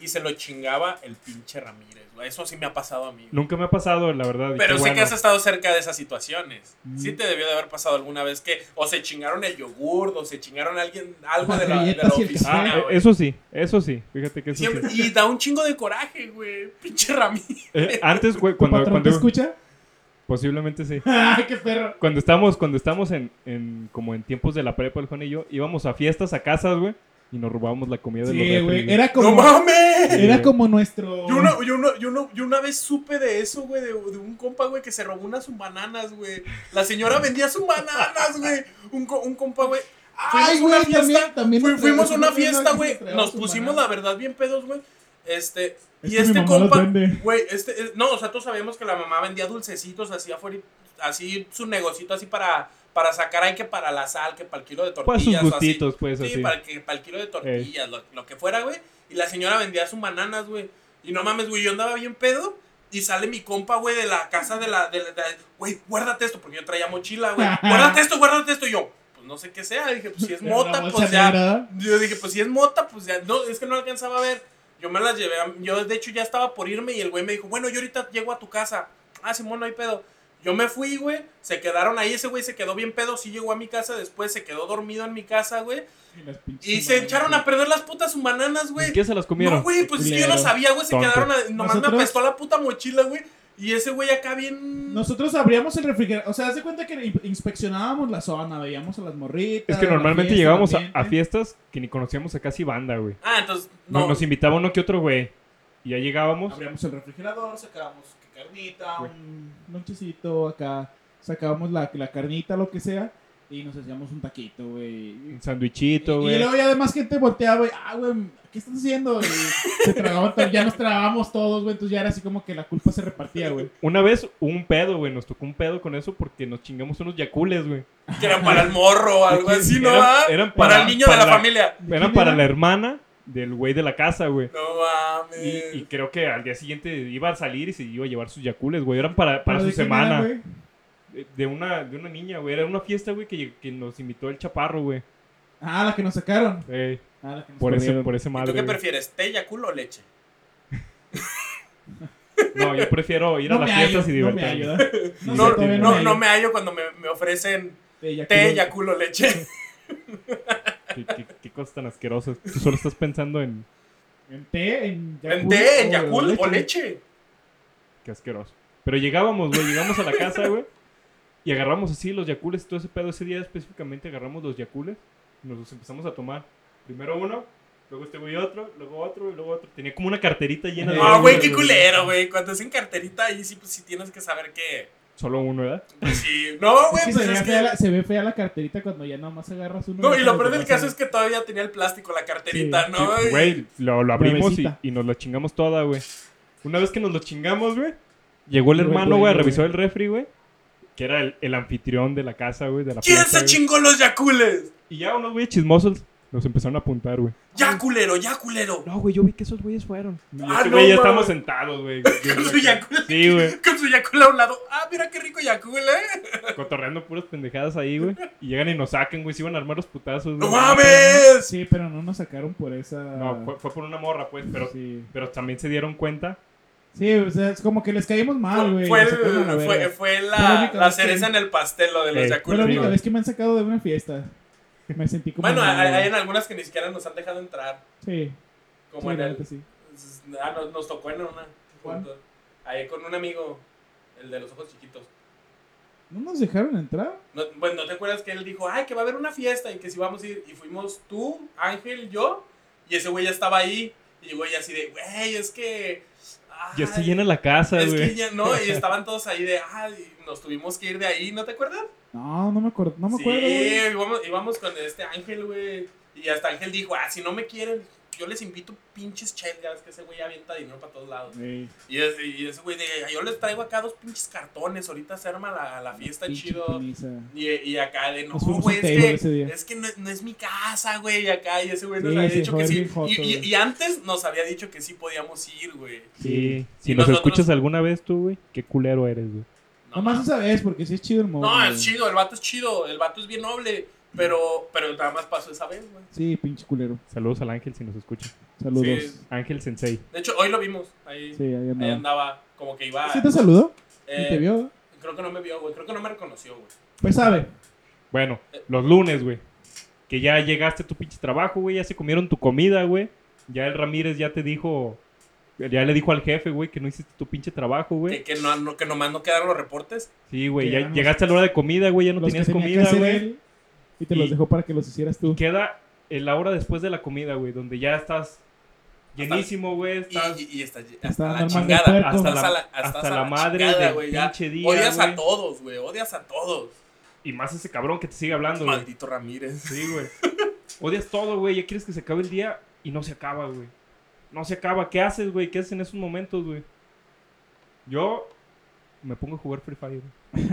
Y se lo chingaba el pinche Ramírez, güey. Eso sí me ha pasado a mí. güey. Nunca me ha pasado, la verdad. y Pero qué sé que bueno. has estado cerca de esas situaciones. Mm. Sí te debió de haber pasado alguna vez que o se chingaron el yogur, o se chingaron alguien algo Las de la, de la galletas y el oficina, Ah, güey. eh, eso sí, eso sí. Fíjate que eso sí. Siempre- y da un chingo de coraje, güey. Pinche Ramírez. Eh, antes, güey, ¿Tu cuando, patrón cuando- te escucha? posiblemente sí. ¡Ay, qué perro! Cuando estamos, cuando estamos en, en- como en tiempos de la prepa, el Juan y yo, íbamos a fiestas a casas, güey, y nos robábamos la comida de los Sí, refri, güey. Era ¡No como, mames! era como nuestro. Yo una, yo, una, yo, una, yo una vez supe de eso, güey, de, de un compa, güey, que se robó unas bananas, güey. La señora vendía sus bananas, güey. Un, co- un compa, güey. Fuimos Ay, a una güey, fiesta. también- también fui- nos fuimos a traemos una una vez fiesta, que güey. nos traemos Nos sus pusimos, la bananas. verdad, bien pedos, güey. Este, Es y que mi este mamá los compa, vende. güey, este, eh, no, o sea, todos sabíamos que la mamá vendía dulcecitos así afuera, y- así su negocito así para, para sacar, hay que para la sal, que para el kilo de Pues tortillas. sus o así. gustitos, pues, Sí, así. para, que, para el kilo de tortillas, lo, lo que fuera, güey. Y la señora vendía sus bananas, güey. Y no mames, güey, yo andaba bien pedo. Y sale mi compa, güey, de la casa de la... de la- de- Güey, guárdate esto, porque yo traía mochila, güey. Guárdate esto, guárdate esto. Y yo, pues no sé qué sea. Dije, pues si es Era una mota, bolsa pues ya... negra. Yo dije, pues si es mota, pues ya... No, es que no alcanzaba a ver. Yo me las llevé. a- Yo, de hecho, ya estaba por irme y el güey me dijo, bueno, yo ahorita llego a tu casa. Ah, Simón, no hay pedo. Yo me fui, güey. Se quedaron ahí. Ese güey se quedó bien pedo. Sí llegó a mi casa. Después se quedó dormido en mi casa, güey. Y las pinches Y se bananas, echaron güey. a perder las putas bananas, güey. ¿Qué se las comieron? No, güey, pues es que yo no Culero. sabía, güey. Se Tonto. quedaron. a- nomás me Nosotros- apestó la puta mochila, güey. Y ese güey acá bien. Nosotros abríamos el refrigerador. O sea, haz de cuenta que in- inspeccionábamos la zona, veíamos a las morritas. es que la normalmente fiesta, llegábamos el a, a ambiente. fiestas que ni conocíamos a casi banda, güey. Ah, entonces. No, No. Nos invitaba uno que otro, güey. Y ya llegábamos. Abríamos el refrigerador, sacábamos que carnita, Güey. un lonchecito acá, sacábamos la, la carnita, lo que sea, y nos hacíamos un taquito, güey. Un Y, sandwichito, y güey. luego ya además gente volteaba, güey, ah, güey, ¿qué estás haciendo? Y se tragaban, todo, ya nos tragábamos todos, güey, entonces ya era así como que la culpa se repartía, güey. Una vez hubo un pedo, güey. Nos tocó un pedo con eso porque nos chingamos unos yacules, güey. Que eran para el morro o algo así, ¿no? Eran- ah? eran para, para- el niño para de la, la- familia. ¿De Eran quién para era? la hermana del güey de la casa, güey. No mames. Y, y creo que al día siguiente iba a salir y se iba a llevar sus yacules, güey. Eran para, para su ¿Pero de quién semana. era, güey? de, de una, de una niña, güey. Era una fiesta, güey, que, que nos invitó el chaparro, güey. Ah, la que nos sacaron. Ey, Ah, la que nos por, ese, corrieron. por ese ¿Y madre. tú qué güey. prefieres? ¿Té, yacul o leche? No, yo prefiero ir a No las me fiestas hallo, y no me divertirme. ayuda. No, No, no, todavía no, no. me hallo cuando me, me ofrecen Te té, yacul o leche. qué, qué- qué cosas tan asquerosas. Tú solo estás pensando en En té, en Yakult. ¿En té, en yacul o o leche? qué asqueroso. Pero llegábamos, güey. Llegamos a la casa, güey. Y agarramos así los yacules, todo ese pedo. Ese día específicamente agarramos los yacules. y Nos los empezamos a tomar. Primero uno, luego este güey otro, luego otro y luego otro. Tenía como una carterita llena de... No, Ah, güey, qué de- culero, güey. Cuando hacen carterita ahí sí, pues sí tienes que saber que... Solo uno, ¿verdad? Pues sí. No, güey, Es que pues se, es ve que... fea la, se ve fea la carterita cuando ya nomás agarras uno. No, y lo peor perdés del caso es que todavía tenía el plástico, la carterita, Sí, ¿no? Sí, Güey, lo, lo abrimos y, Nuevecita. y nos la chingamos toda, güey. Una vez que nos lo chingamos, güey, llegó el Güey, hermano, güey, güey, güey. revisó el refri, güey, que era el, el anfitrión de la casa, güey, de la ¿Quién fiesta, se güey. chingó los yacules? Y ya unos, güey, chismosos nos empezaron a apuntar, güey. Ya culero, ya culero. No, güey, yo vi que esos güeyes fueron. Y Ah, este no, güey ya mames. estamos sentados, güey. Con su yacul. Sí, güey, Con su yacul a un lado. Ah, mira qué rico yacul, ¿eh? cotorreando puras pendejadas ahí, güey. Y llegan y nos sacan, güey, se iban a armar los putazos. ¡No güey. mames! Sí, pero no nos sacaron por esa. No, fue, fue por una morra, pues, pero, Sí. pero también se dieron cuenta. Sí, o sea, es como que les caímos mal, Ah, güey. Fue, nos sacaron a la el- fue, verga. fue Fue la la, única la vez que- cereza en el pastel, lo de Eh, los Fue la yacules. única ¿no? vez que me han sacado de una fiesta. Me sentí como. Bueno, mal, hay, güey. hay en algunas que ni siquiera nos han dejado entrar. Sí, Como sí, en la el... neta sí. Ah, nos, nos tocó en una. ¿Cuál? junto. Ahí con un amigo, el de los ojos chiquitos. ¿No nos dejaron entrar? No, bueno, ¿no te acuerdas que él dijo, ay, que va a haber una fiesta y que si vamos a ir? Y fuimos tú, Ángel, yo, y ese güey ya estaba ahí. Y güey así de, güey, es que... ay, Ya se llena la casa, Es que güey. ya no, y estaban todos ahí de, ay, nos tuvimos que ir de ahí, ¿no te acuerdas? No, no me acuerdo. No me sí, acuerdo, güey. íbamos, íbamos con este Ángel, güey. Y hasta Ángel dijo, ah, si no me quieren, yo les invito pinches chelgas, que ese güey avienta dinero para todos lados. Ey, Y, es- y ese güey de, yo les traigo acá dos pinches cartones, ahorita se arma la, la fiesta pinche chido. putiza. Y, y acá de, no, Nos fuimos a güey, un es table que, ese día. es que no, no es mi casa, güey, y acá, y ese güey nos Sí, había se dicho fue que sí. bien Y, joto, y- güey. y antes nos había dicho que sí podíamos ir, güey. Sí. Si Y nos nosotros- escuchas alguna vez tú, güey, qué culero eres, güey. No, Nomás esa vez, porque sí es chido el modo. no, güey. es chido, el vato es chido, el vato es bien noble, pero, pero nada más pasó esa vez, güey. Sí, pinche culero. Saludos al Ángel si nos escucha. Saludos. Sí. Sí, Ángel Sensei. De hecho, hoy lo vimos, ahí, ahí ahí andaba. andaba, como que iba... ¿Sí te saludó? eh, ¿Y te vio? Creo que no me vio, güey, creo que no me reconoció, güey. Pues sabe. Bueno, los lunes, güey. Que ya llegaste a tu pinche trabajo, güey. Ya se comieron tu comida, güey. Ya el Ramírez ya te dijo. Ya le dijo al jefe, güey, que no hiciste tu pinche trabajo, güey. Que, que, no, no- que nomás no quedaron los reportes. Sí, güey. Ya Llegamos. llegaste a la hora de comida, güey. Ya no los que tenías tenía que comida, hacer güey. él, Y te Y- los dejó para que los hicieras tú. Queda eh, la hora después de la comida, güey. Donde ya estás llenísimo, güey. Y, Estás y- y hasta, hasta Está la normal de chingada, puerco. hasta, Hasta la, la- hasta, hasta hasta la la madre chingada, del güey, ya. pinche día, Odias a güey. todos, güey, odias a todos. Y más ese cabrón que te sigue hablando, güey. Maldito Ramírez. Sí, güey. Odias todo, güey. Ya quieres que se acabe el día y no se acaba, güey. No se acaba. ¿Qué haces, güey? ¿Qué haces en esos momentos, güey? Yo me pongo a jugar Free Fire. güey.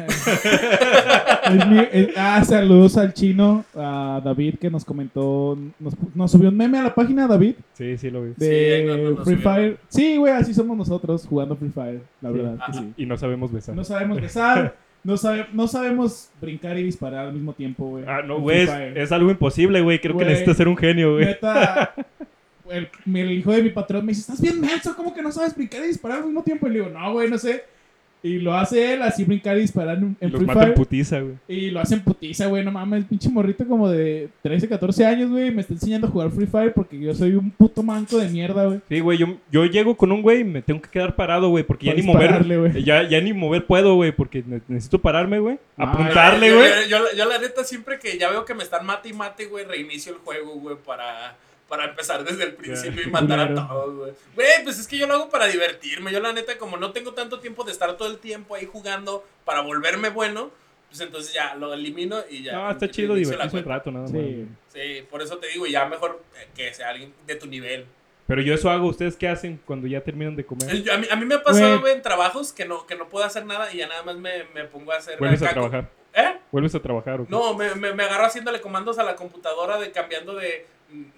Es mi- es- ah, saludos al chino, a David que nos comentó, nos, nos subió un meme a la página, David, Sí, sí, lo vi. de Sí, no, no, nos Free subió. Fire. Sí, güey, así somos nosotros jugando Free Fire, la Sí. verdad que Ajá. sí. Y no sabemos besar. No sabemos besar, no, sabe- no sabemos brincar y disparar al mismo tiempo, güey. Ah, no, en güey. Es, Free Fire. es algo imposible, güey. Creo Güey. que necesitas ser un genio, güey. Neta, el, mi- el hijo de mi patrón me dice, estás bien menso, ¿cómo que no sabes brincar y disparar al mismo tiempo? Y le digo, no, güey, no sé. Y lo hace él, así brincar y disparar en, Y en Los Free mata en Fire. putiza, güey. Y lo hacen putiza, güey, no mames, pinche morrito como de 13, 14 años, güey, me está enseñando a jugar Free Fire porque yo soy un puto manco de mierda, güey. Sí, güey. Yo, yo llego con un güey y me tengo que quedar parado, güey. Porque ya Para ni mover. dispararle, güey. Ya, ya ni mover puedo, güey. Porque ne- necesito pararme, güey. Ah. Apuntarle, Yo- güey. Yo, yo- yo la neta, siempre que ya veo que me están mate y mate, güey, reinicio el juego, güey, para, para empezar desde el principio y matar a Culero. todos, güey. Güey, pues es que yo lo hago para divertirme. Yo la neta, como no tengo tanto tiempo de estar todo el tiempo ahí jugando para volverme bueno, pues entonces ya lo elimino y ya. No, está reinicio chido la divertirse un cuenta. rato, nada más. Sí. Sí, por eso te digo, ya mejor eh, que sea alguien de tu nivel. Pero yo eso hago. ¿Ustedes qué hacen cuando ya terminan de comer? Eh, yo- A mí, a mí me ha pasado, Güey. güey, en trabajos que no, que no puedo hacer nada y ya nada más me, me pongo a hacer. Vuelves a acá co- trabajar. ¿Eh? Vuelves a trabajar, ¿o qué? No, me, me, me agarro haciéndole comandos a la computadora de cambiando de.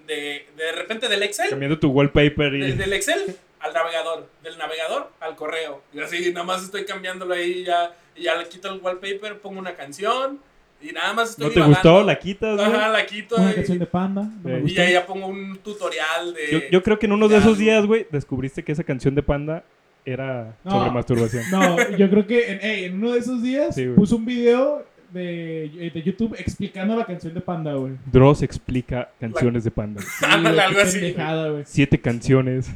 De, de repente del Excel, Cambiando tu wallpaper y. de- del Excel al navegador, del navegador al correo. Y así nada más estoy cambiándolo ahí, ya, y ya le quito el wallpaper, pongo una canción y nada más estoy ¿No te divagando. gustó? ¿La quitas, güey? Ajá, la quito Una canción y, de panda, no me Sí. y gusta. ya, ya pongo un tutorial de. Yo, yo creo que en uno de Ya, esos güey. días, güey, descubriste que esa canción de Panda era No. sobre masturbación. No, yo creo que en, ey, en uno de esos días Sí, güey. puso un video de, de YouTube explicando la canción de panda, güey. Dross explica canciones de Panda. Ándale, Sí, algo qué así. pendejada, güey. Siete canciones.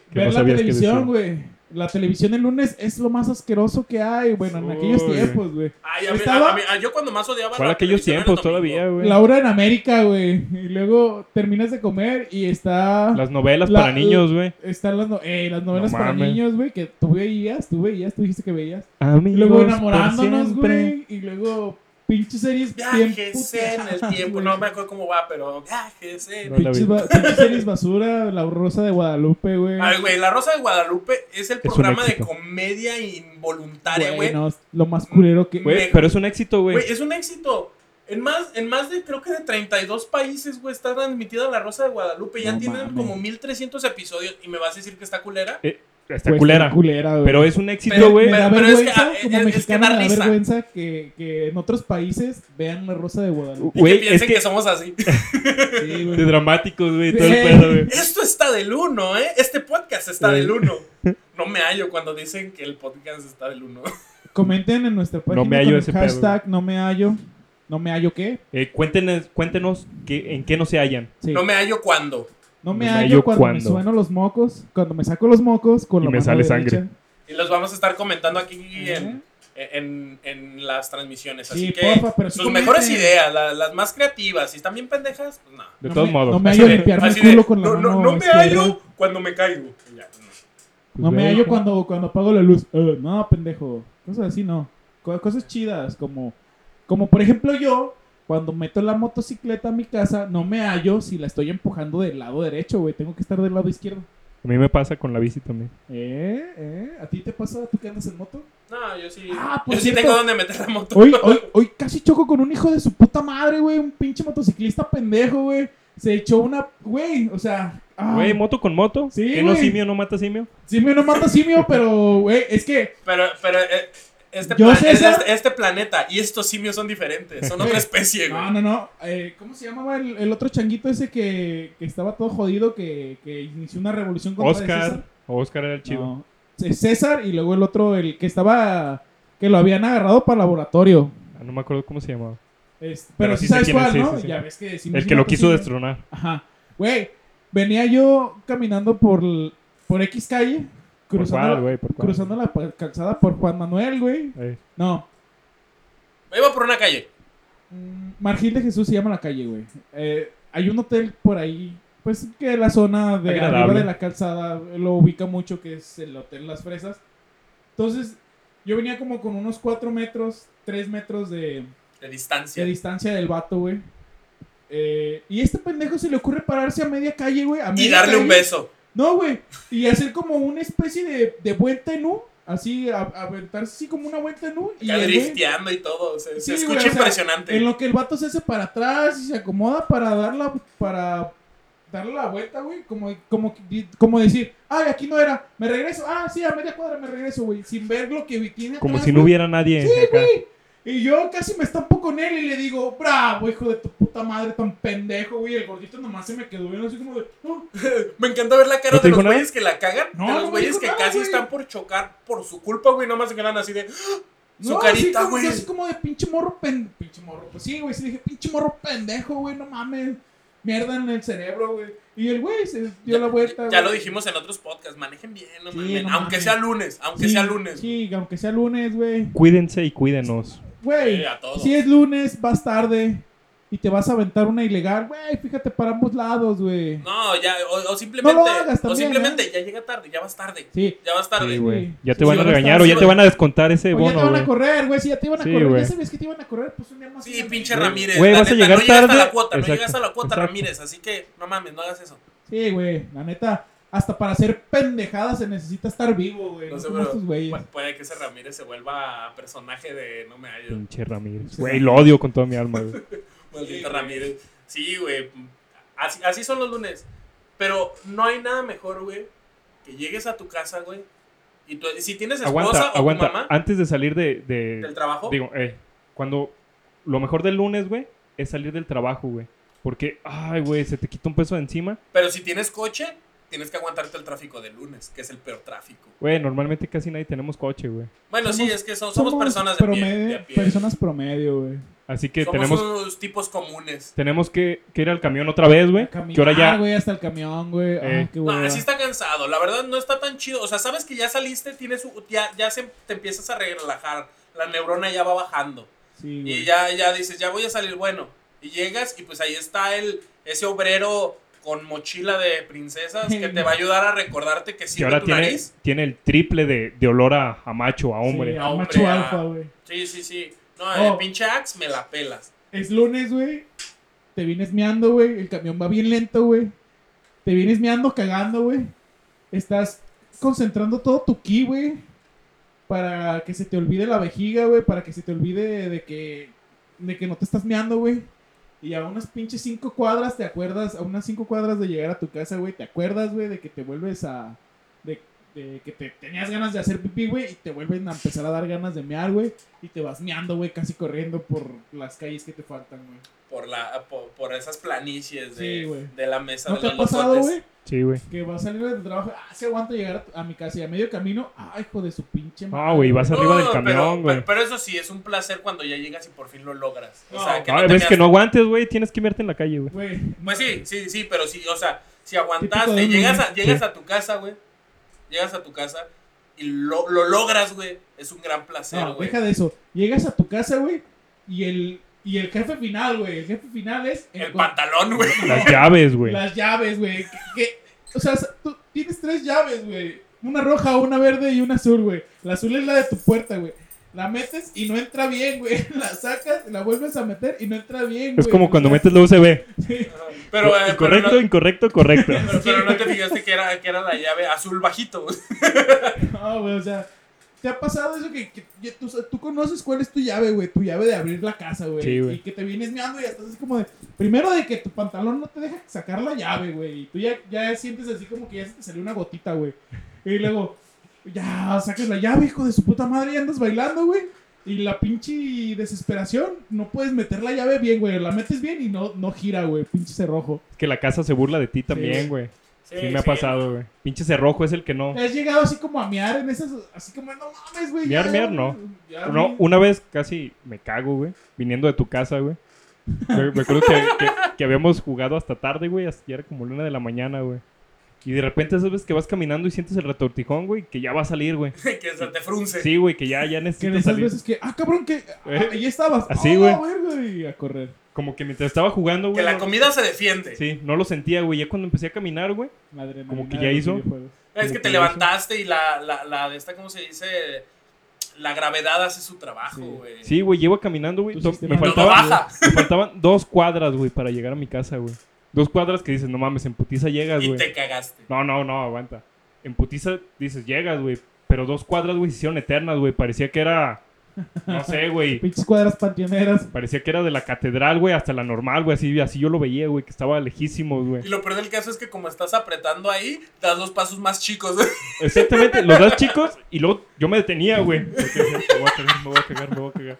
Que no ver la sabías qué televisión, decían. güey. La televisión el lunes es lo más asqueroso que hay, bueno, en aquellos Uy. tiempos, güey. Ay, a mí- Estaba- a mí- a- yo cuando más odiaba. Para la aquellos televisión era tiempos el domingo. todavía, güey. La hora en América, güey. Y luego terminas de comer y está... Las novelas La- para niños, güey. Están las, no- eh, las novelas No para mames. niños, güey, que tú veías, tú veías, tú dijiste que veías. Y Amigos luego por enamorándonos, siempre. güey. Y luego pinches series bien Viajes en puteadas, el tiempo. güey. No me acuerdo cómo va, pero viajes en No la Pinches, vi. ba- pinches series basura, La Rosa de Guadalupe, güey. Ay, güey, La Rosa de Guadalupe es el un programa de éxito. comedia involuntaria, Güey, güey. no, es lo más culero que... Güey, Mega. pero es un éxito, güey. Güey, es un éxito. En más, en más de, creo que de 32 países, güey, está transmitida La Rosa de Guadalupe. Ya No tienen mames. como 1300 episodios y me vas a decir que está culera. Está Pues, culera. culera, güey. Pero es un Pero- éxito, Me güey. pero- da es que, vergüenza, ah, es- como es que mexicano, da me da risa. vergüenza que, que en otros países vean la Rosa de Guadalupe. Y Güey, que piensen es que... que- somos así. Sí, De güey. dramáticos, güey. Todo el Sí. pedo, güey. Esto está del uno, ¿eh? Este podcast está Güey. del uno. No me hallo cuando dicen que el podcast está del uno. Comenten en nuestra página No me hallo con el ese pedo, hashtag no me hallo. ¿No me hallo qué? Eh, cuéntenos cuéntenos que, en qué no se hallan. Sí. No me hallo cuando. No me hallo cuando, me sueno los mocos, cuando me saco los mocos con Y la me mano sale derecha. ¿Eh? sangre. Y los vamos a estar comentando aquí Ajá. en, en, en las transmisiones. Así Sí, que porfa, pero sí sus comenten. mejores ideas, la- las más creativas, si están bien pendejas, pues nada. De No todos me- modos. No me Así hallo de- limpiarme el Así de, culo con la no, mano. no, no me izquierda. hallo cuando me caigo. Ya, no. Pues No me hallo cuando, cuando apago la luz. Eh, no, pendejo. Cosas así no. Co- Cosas chidas, como, como por ejemplo yo, Cuando meto la motocicleta a mi casa, no me hallo si la estoy empujando del lado derecho, güey. Tengo que estar del lado izquierdo. A mí me pasa con la bici también. ¿Eh? ¿Eh? ¿A ti te pasa? ¿Tú que andas en moto? No, yo sí. Ah, por yo sí cierto. tengo donde meter la moto. Hoy, hoy, hoy casi choco con un hijo de su puta madre, güey. Un pinche motociclista pendejo, güey. Se echó una. Güey, o sea. ah, Güey, moto con moto. Sí, que no güey. simio, no mata simio. simio no mata simio, pero, güey, es que. Pero, pero eh, este, Yo, plan- César- este- este planeta y estos simios son diferentes. Son otra Güey. especie, güey. No, no, no. eh, ¿Cómo se llamaba el, el otro changuito ese que, que estaba todo jodido, que, que inició una revolución contra de Oscar. César? Oscar era el chido. No, C- César y luego el otro, el que estaba. Que lo habían agarrado para laboratorio. Ah, no me acuerdo cómo se llamaba. Es- pero, Pero sí sí sé sabes quién es, cuál, sí, ¿no? sí, sí. Ya ves que simio El sí que lo mata quiso simio. destronar. Ajá. Güey, venía yo caminando por, l- por X calle, ¿Por cruzando, cuál, la- güey? ¿Por cuál? cruzando la pa- calzada por Juan Manuel, güey. Eh, No, Iba por una calle. mm, Margil de Jesús se llama la calle, güey. Eh, hay un hotel por ahí, pues que la zona de arriba Agradable. de la calzada lo ubica mucho, que es el Hotel Las Fresas. Entonces, yo venía como con unos 4 metros, 3 metros de, De distancia. de distancia del vato, güey. Eh, y este pendejo se le ocurre pararse a media calle, güey. a y media darle un calle. beso. No, güey. Y hacer como una especie de, de vuelta en U. Así, a- aventarse así como una vuelta en U. Y Ya el güey, drifteando y todo. Se, se Sí, escucha güey, o sea, impresionante. en lo que el vato se hace para atrás y se acomoda para dar la, para darle la vuelta, güey. Como, como, como decir, ay, aquí no era. Me regreso. Ah, sí, a media cuadra me regreso, güey. Sin ver lo que tiene como atrás, si no güey. hubiera nadie. Sí, acá. güey. Y yo casi me estampo con él y le digo, bravo, hijo de tu puta madre, tan pendejo, güey. El gordito nomás se me quedó viendo así como de, "Ah, Me encanta ver la cara ¿No te de dijo los nada? güeyes que la cagan. No, de no los me güeyes dijo que nada, casi güey. están por chocar por su culpa, güey. Nomás se quedan así de. ¡Ah! Su No, así carita, como- güey. Así como de pinche morro pendejo. Pinche morro. Pues sí, güey. Sí dije, pinche morro pendejo, güey. No mames. Mierda en el cerebro, güey. Y el güey se dio la vuelta. Ya güey. lo dijimos en otros podcasts. Manejen bien, no Sí, mamen. no aunque mames. sea lunes. Aunque Sí, sea lunes. Sí, aunque sea lunes, güey. Cuídense y cuídenos. Güey. Sí, Eh, a todos. si es lunes, vas tarde. Y te vas a aventar una ilegal, güey. Fíjate para ambos lados, güey. No, ya. O, o simplemente. hagas o también, simplemente ya llega tarde. Ya vas tarde. Sí. Ya vas tarde. Sí, Sí. güey. Ya te Sí, van a sí, van a regañar estar- o sí, ya te güey. van a descontar ese O ya te bono, van güey. a correr, güey. Si ya te iban a Sí, correr, güey. ya sabías que te iban a correr, pues un día más. Sí, pinche Ramírez. Güey, la vas a neta, llegar no llegas tarde. a la cuota, no Exacto, llegas a la cuota, exacto. Ramírez. Así que no mames, no hagas eso. Sí, güey. La neta, hasta para hacer pendejadas se necesita estar vivo, güey. No No, sé, como pero- estos güeyes. Pu- puede que ese Ramírez se vuelva personaje de No me hallo. Pinche Ramírez. Güey, lo odio con toda mi alma, güey. Maldito Ramírez. Sí, güey. Así, así son los lunes. Pero no hay nada mejor, güey, que llegues a tu casa, güey. Y tú- si tienes esposa Aguanta, o tu aguanta. mamá Antes de salir de. de- del trabajo, digo, eh, cuando. Lo mejor del lunes, güey, es salir del trabajo, güey. Porque, ay, güey, se te quita un peso de encima. pero si tienes coche, tienes que aguantarte el tráfico del lunes, que es el peor tráfico. Güey, normalmente casi nadie tenemos coche, güey. Bueno, sí, Somos- es que son, somos, personas de, promedio, pie, de a pie. Personas promedio, güey. Así que somos tenemos, unos tipos comunes. tenemos que, que ir al camión otra vez, güey. Caminar, Que ahora ya. güey, hasta el camión, güey. Ah, Eh. qué No, hueva. así está cansado. La verdad no está tan chido. O sea, sabes que ya saliste, tienes u- ya, ya se, te empiezas a relajar. La neurona ya va bajando. Sí, güey. Y ya, ya dices, ya voy a salir bueno. Y llegas y pues ahí está el, ese obrero con mochila de princesas que te va a ayudar a recordarte que Que sirve ahora tu tiene, nariz. tiene el triple de, de olor a, a macho, a hombre. Sí, a hombre, macho a- alfa, güey. Sí, sí, sí. No, el Oh. pinche Axe me la pelas. Es lunes, güey. Te vienes meando, güey. El camión va bien lento, güey. Te vienes meando, cagando, güey. Estás concentrando todo tu ki, güey. Para que se te olvide la vejiga, güey. Para que se te olvide de que, de que no te estás meando, güey. Y a unas pinches cinco cuadras te acuerdas, a unas cinco cuadras de llegar a tu casa, güey, te acuerdas, güey, de que te vuelves a... De, de que te tenías ganas de hacer pipí, güey, y te vuelven a empezar a dar ganas de mear, güey. Y te vas meando, güey, casi corriendo por las calles que te faltan, güey. Por, la, por, por esas planicies de, Sí, güey. de la mesa ¿No de te ha los pasado, locotes. güey? Sí, güey. Que vas a salir de tu trabajo, ah, se aguanta llegar a, tu- a mi casa y a medio camino, ah, hijo de su pinche madre. No, Ah, güey, vas No, arriba del pero- camión, güey. Pero, pero eso sí, es un placer cuando ya llegas y por fin lo logras. O No. sea, que Ah, no te ves que quedas- no aguantes, güey. Tienes que mirarte en la calle, güey. Güey, Pues sí, sí, sí, pero sí, o sea, si Típico de aguantaste, un llegas a, niño. llegas Sí. a tu casa, güey. Llegas a tu casa y lo, lo logras, güey. Es un gran placer, no, güey. deja de eso. Llegas a tu casa, güey, y el, y el jefe final, güey, el jefe final es... El encont- pantalón, güey. Las llaves, güey. Las llaves, güey. que- que- O sea, tú tienes tres llaves, güey. Una roja, una verde y una azul, güey. La azul es la de tu puerta, güey. La metes y no entra bien, güey. La sacas, la vuelves a meter y no entra bien, Es güey. como cuando metes la USB. Ajá. Pero, eh, pero incorrecto, no- incorrecto, correcto. pero- pero no te fijaste que era, que era la llave azul bajito. No, güey, o sea, ¿te ha pasado eso que, que- que tú, tú conoces cuál es tu llave, güey? Tu llave de abrir la casa, güey. Sí, güey. Y que te vienes meando y estás así como de... Primero de que tu pantalón no te deja sacar la llave, güey. Y tú ya, ya sientes así como que ya se te salió una gotita, güey. Y luego, ya, sacas la llave, hijo de su puta madre, y andas bailando, güey. Y la pinche desesperación, no puedes meter la llave bien, güey. La metes bien y no, no gira, güey. Pinche cerrojo. Que la casa se burla de ti también, Sí. güey. Sí, me ha pasado, güey. Pinche cerrojo es el que no. ¿Te has llegado así como a mear en esas... Así como, no mames, güey. Mear, ya, mear, no. ya, No, güey". una vez casi me cago, güey. Viniendo de tu casa, güey. Me, me acuerdo que, que- que habíamos jugado hasta tarde, güey. Hasta ya era como luna de la mañana, güey. Y de repente esas veces que vas caminando y sientes el retortijón, güey, que ya va a salir, güey. que se te frunce. Sí, güey, que ya, ya Que de necesito esas salir. veces que, ah, cabrón, que ah, ¿Eh? ahí estabas. Así, güey. Ah, verga, y a correr. Como que mientras estaba jugando, Que güey. la no- comida se defiende. Sí, no lo sentía, güey. Ya cuando empecé a caminar, güey. La adrenalina Como que de ya los hizo. videojuegos. Es que Como te que levantaste y la, la, la de esta, ¿cómo se dice? La gravedad hace su trabajo, Sí. güey. Sí, güey, llevo caminando, güey. Tu to- sistema Me No, no faltaba, baja. me faltaban dos cuadras, güey, para llegar a mi casa, güey. Dos cuadras que dices, no mames, en putiza llegas, Y güey. te cagaste. No, no, no, aguanta. En putiza dices, llegas, güey. Pero dos cuadras, güey, se hicieron eternas, güey. Parecía que era. No sé, güey. Pinches cuadras panteoneras. Parecía que era de la catedral, güey, hasta la normal, güey. Así, así yo lo veía, güey, que estaba lejísimos, güey. Y lo peor del caso es que como estás apretando ahí, das los pasos más chicos. Exactamente, los das chicos y luego yo me detenía, güey. Porque decía, Me voy a cagar, me voy a cagar, me voy a cagar.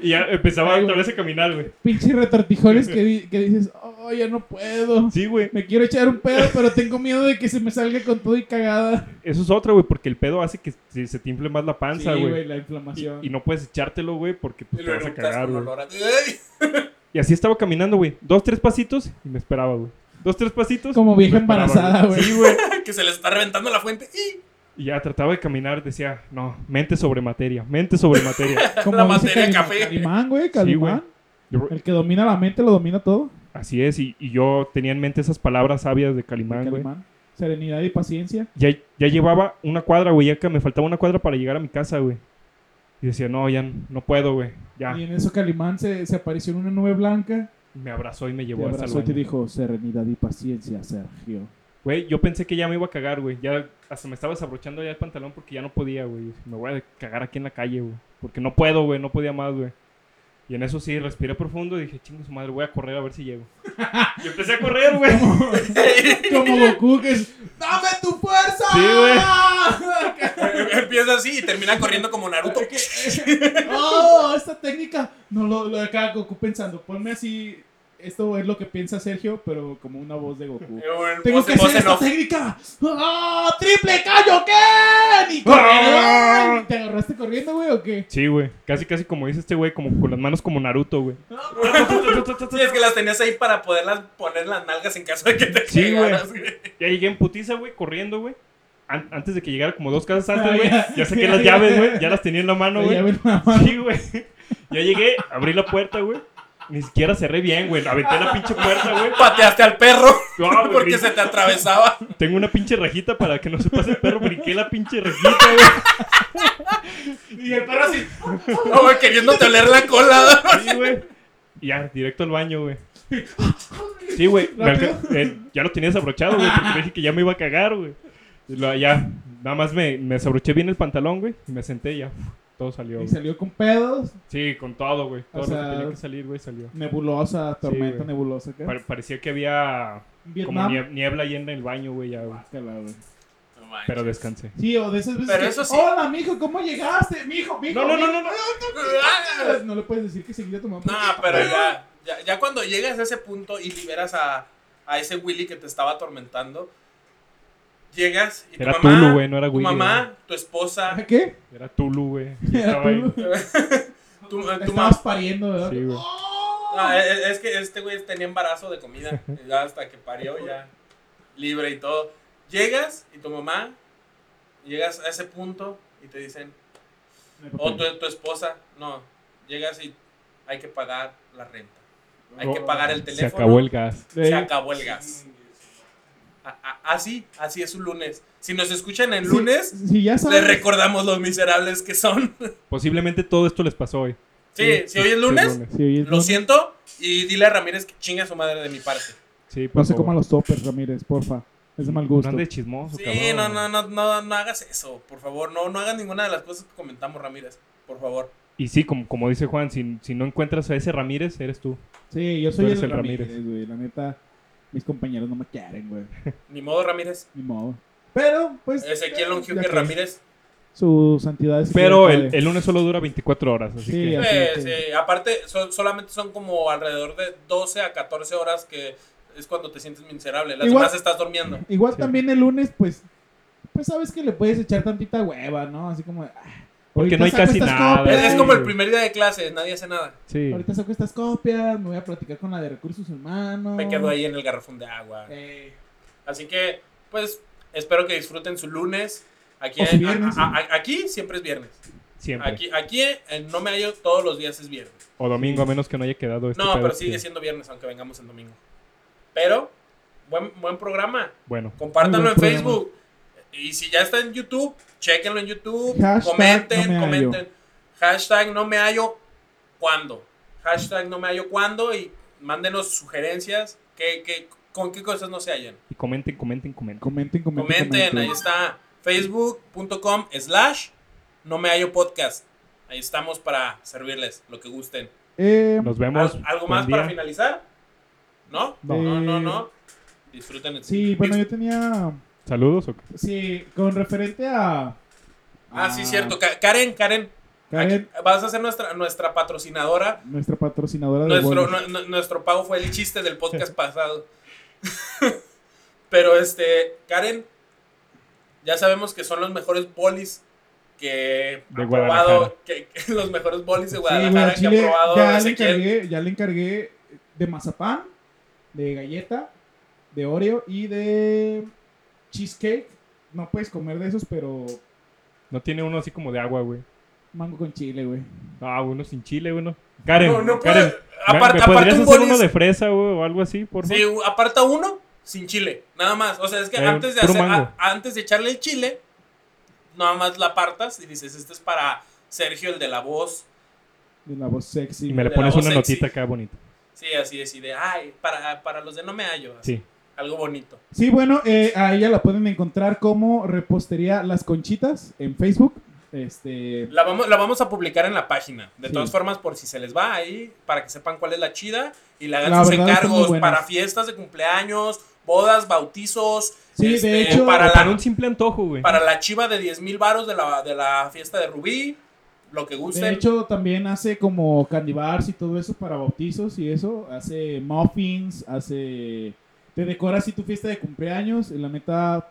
Y ya empezaba Ay, otra güey. vez a caminar, güey. Pinches retortijones que, di- que dices, oh, ya no puedo. Sí, güey. Me quiero echar un pedo, pero tengo miedo de que se me salga con todo y cagada. Eso es otra, güey, porque el pedo hace que se se te infle más la Sí, panza, güey. güey, la inflamación. y, y no puedes echártelo, güey, porque Y pues, te lo vas a eructas cagar, con güey. olor a- ¡Ay! Y así estaba caminando, güey. Dos, tres pasitos y me esperaba, güey. Dos, tres pasitos. Como vieja me esperaba, embarazada, güey. Sí, güey. Que se le está reventando la fuente. ¡Y! Y ya trataba de caminar, decía, no, mente sobre materia, mente sobre materia. Como la dice materia Calim- café. Calimán, güey, Sí, güey. Calimán. Yo- el que domina la mente lo domina todo. así es, y, y yo tenía en mente esas palabras sabias de Calimán, güey. Calimán. Serenidad y paciencia. Ya, ya llevaba una cuadra, güey, ya que me faltaba una cuadra para llegar a mi casa, güey. Y decía, no, ya n- no puedo, güey. Ya. Y en eso Calimán se, se apareció en una nube blanca. Me abrazó y me Te llevó hasta el abrazó y te baño. dijo, serenidad y paciencia, Sergio. Güey, yo pensé que ya me iba a cagar, güey. Ya hasta me estaba desabrochando ya el pantalón porque ya no podía, güey. Dije, Me voy a cagar aquí en la calle, güey. Porque no puedo, güey. No podía más, güey. Y en eso sí, respiré profundo y dije, chingo su madre, voy a correr a ver si llego. y empecé a correr, güey. Como Goku que es ¡Dame tu fuerza! Sí, güey. Empieza así y termina corriendo como Naruto. ¡Oh! Esta técnica. No lo, lo acá Goku pensando. Ponme así. Esto es lo que piensa Sergio, pero como una voz de Goku. Un Tengo pose- que hacer pose esta no. técnica. ¡Ah! ¡Triple Kaioken! Y correr. Ay, ¿Te agarraste corriendo, güey, o qué? Sí, güey. Casi, casi como dice este güey, como con las manos como Naruto, güey. Sí, es que las tenías ahí para poderlas poner las nalgas en caso de que te Sí, güey. cagaras, güey. Ya llegué en putiza, güey, corriendo, güey. An- antes de que llegara como dos casas Ah, antes, güey. ya. Ya saqué Ya, las ya. llaves, güey. Ya las tenía en la mano, Ya güey. ven la mano. Sí, güey. Ya llegué, abrí la puerta, güey. Ni siquiera cerré bien, güey. Aventé la pinche puerta, güey. Pateaste al perro No, güey, porque brin- se te atravesaba. Tengo una pinche rajita para que no se pase el perro. Brinqué la pinche rajita, güey. Y el perro así. No, güey, queriéndote oler la cola. Sí, güey. Y ya, directo al baño, güey. Sí, güey. me Rápido. alca- eh, ya lo tenía desabrochado, güey. Porque dije que ya me iba a cagar, güey. Y lo- Ya, nada más me, me desabroché bien el pantalón, güey. Y me senté y ya. uf, Todo salió, Y güey. salió con pedos. Sí, con todo, güey. Todo lo O sea, que tenía que salir, güey, salió. Nebulosa, tormenta güey. nebulosa. acá. Pare- parecía que había como Vietnam. nie- niebla ahí en el baño, güey, ya, güey. Guácala, güey. No manches. Pero descansé. Sí, o de esas veces. Pero que, eso sí. Hola, mijo, ¿cómo llegaste? Mijo, mijo. No, no, no, mijo". no, no. Ah, No le puedes decir que seguía tu mamá. No, pero ya, ya, ya cuando llegas a ese punto y liberas a, a ese Willy que te estaba atormentando, llegas y tu Era mamá, Tulu, güey, no era tu Willy, mamá, tu esposa, ¿Ah, ¿Qué? Era Tulu, güey. Sí, Era estaba ahí. Tulu. tu, tu Estabas mamá. pariendo, ¿verdad? Sí, güey. No, es, es que este güey tenía embarazo de comida, ya hasta que parió ya, libre y todo. Llegas y tu mamá, llegas a ese punto y te dicen, o tu, tu esposa, no, llegas y hay que pagar la renta, hay que pagar el Oh, Se teléfono, acabó el gas. se acabó el gas. A- a- así, así es un lunes. Si nos escuchan en Sí, lunes, Si, ya les sabes. recordamos los miserables que son. Posiblemente todo esto les pasó hoy. Sí, si hoy es lunes, Si oyes, lo no- siento y dile a Ramírez que chinga a su madre de mi parte. Sí, por No se favor. coman los toppers, Ramírez, porfa. Es de mal No gusto. andes Oh, chismoso, Sí, cabrón. no, no, no, no, no hagas eso, por favor. No, no hagas ninguna de las cosas que comentamos, Ramírez, por favor. Y sí, como, como dice Juan, si, si no encuentras a ese Ramírez, eres tú. Sí, yo soy Tú el, eres el Ramírez, Ramírez. güey. La neta, mis compañeros no me quieren, güey. Ni modo, Ramírez. Ni modo. Pero, pues. Ezequiel Longiu ya que que Ramírez. Su santidad es. Pero el, padre. el lunes solo dura 24 horas, así Sí, que... así Eh, que- sí, aparte, son- solamente son como alrededor de 12 a 14 horas que es cuando te sientes miserable. Las Igual- demás estás durmiendo. Igual Sí. también el lunes, pues. Pues sabes que le puedes echar tantita hueva, ¿no? Así como. ah, Porque no hay ahorita saco casi estas nada, copias, Es, es sí, como el güey. primer día de clases, nadie hace nada. Sí. Ahorita saco estas copias, me voy a platicar con la de recursos humanos. Me quedo ahí en el garrafón de agua. Eh, Así que, pues, espero que disfruten su lunes. Aquí, O su viernes, a- a- aquí siempre es viernes. Siempre. Aquí, aquí en No Me Hallo todos los días es viernes. O domingo, a menos que no haya quedado este No, pedo pero que- sigue siendo viernes, aunque vengamos el domingo. Pero, buen, buen programa. Bueno, Compártanlo Muy en buen Facebook. Y si ya está en YouTube, chequenlo en YouTube. Hashtag comenten, no me hallo. comenten. Hashtag no me hallo cuando. Hashtag no me hallo cuando. Y mándenos sugerencias. Que, que, ¿Con qué cosas no se hallan? y comenten, comenten, comenten. comenten, comenten. Comenten, ahí está. Facebook.com slash no me hallo podcast. Ahí estamos para servirles lo que gusten. Eh, Nos Al- vemos. ¿Algo Buen más para día. finalizar? ¿No? No. No, no, no. Disfruten. el- sí, bueno, yo tenía. ¿Saludos o qué? Sí, con referente a. Ah, sí, a cierto. Ka- Karen, Karen. Karen, Aquí- vas a ser nuestra, nuestra patrocinadora. nuestra patrocinadora de Nuestro, bonos. nu- nu- nuestro pago fue el chiste del podcast pasado. Pero este, Karen, ya sabemos que son los mejores bolis que De ha Guadalajara. probado, que, que los mejores bolis de Sí, güey, Guadalajara al que ha chile, probado ya, le Ezequiel. encargué, ya le encargué de mazapán, de galleta, de Oreo y de cheesecake. No puedes comer de esos, pero No tiene uno así como de agua, güey. mango con chile, güey. Ah, uno sin chile, uno. Karen, No, no puede- Karen. ¿me- aparte- ¿me aparte podrías un hacer bolis- uno de fresa, güey, o algo así, por favor? Sí, u- aparta uno sin chile, nada más. O sea, es que Eh, antes, de puro hacer, a- mango. antes de echarle el chile, nada más la apartas y dices, este es para Sergio, el de la voz. De la voz sexy. y me le de pones la voz una sexy. notita acá bonita. Sí, así es, y de, ay, para, para los de no me hallo. así, Sí. Algo bonito. Sí, bueno, eh, a ella la pueden encontrar como repostería Las Conchitas en Facebook. Este, La vamos, la vamos a publicar en la página. De Sí. todas formas, por si se les va ahí, para que sepan cuál es la chida y le hagan La sus verdad, están muy encargos buenas. para fiestas de cumpleaños, bodas, bautizos. Sí, de este, hecho, Para, para la, un simple antojo, güey. para la chiva de 10 mil varos de la, de la fiesta de Rubí, lo que gusten. de hecho, también hace como candy bars y todo eso para bautizos y eso. Hace muffins, hace. Te decora así tu fiesta de cumpleaños. y La neta.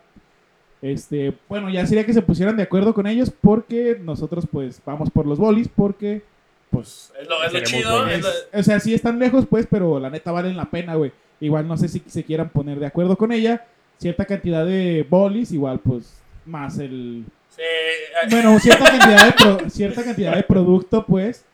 Este, bueno, ya sería que se pusieran de acuerdo con ellos porque nosotros, pues, vamos por los bolis porque, pues, es lo, es lo Queremos chido. bolis. es lo- O sea, sí están lejos, pues, pero la neta valen la pena, güey. Igual no sé si se quieran poner de acuerdo con ella. Cierta cantidad de bolis, igual, pues, más el. sí, eh, Bueno, cierta cantidad de, pro- cierta cantidad de producto, pues.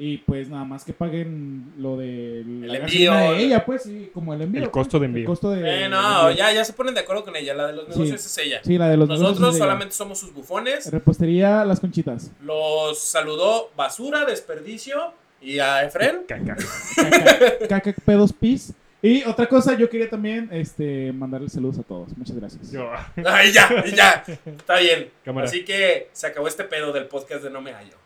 Y pues nada más que paguen lo de la El gasolina envío. de ella, pues, y como el envío. El pues, costo de El envío. costo de. eh, no, envío. ya, ya se ponen de acuerdo con ella. La de los Sí. negocios es ella. Sí, la de los negocios Nosotros de ella. solamente somos sus bufones. Repostería Las Conchitas. Los saludó Basura, Desperdicio y a Efren. Caca. Caca, caca, pedos, pis. Y otra cosa, yo quería también este, mandarles saludos a todos. Muchas gracias. Yo, Ay, ya, ya. Está bien. Cámara. Así que se acabó este pedo del podcast de No Me Hallo.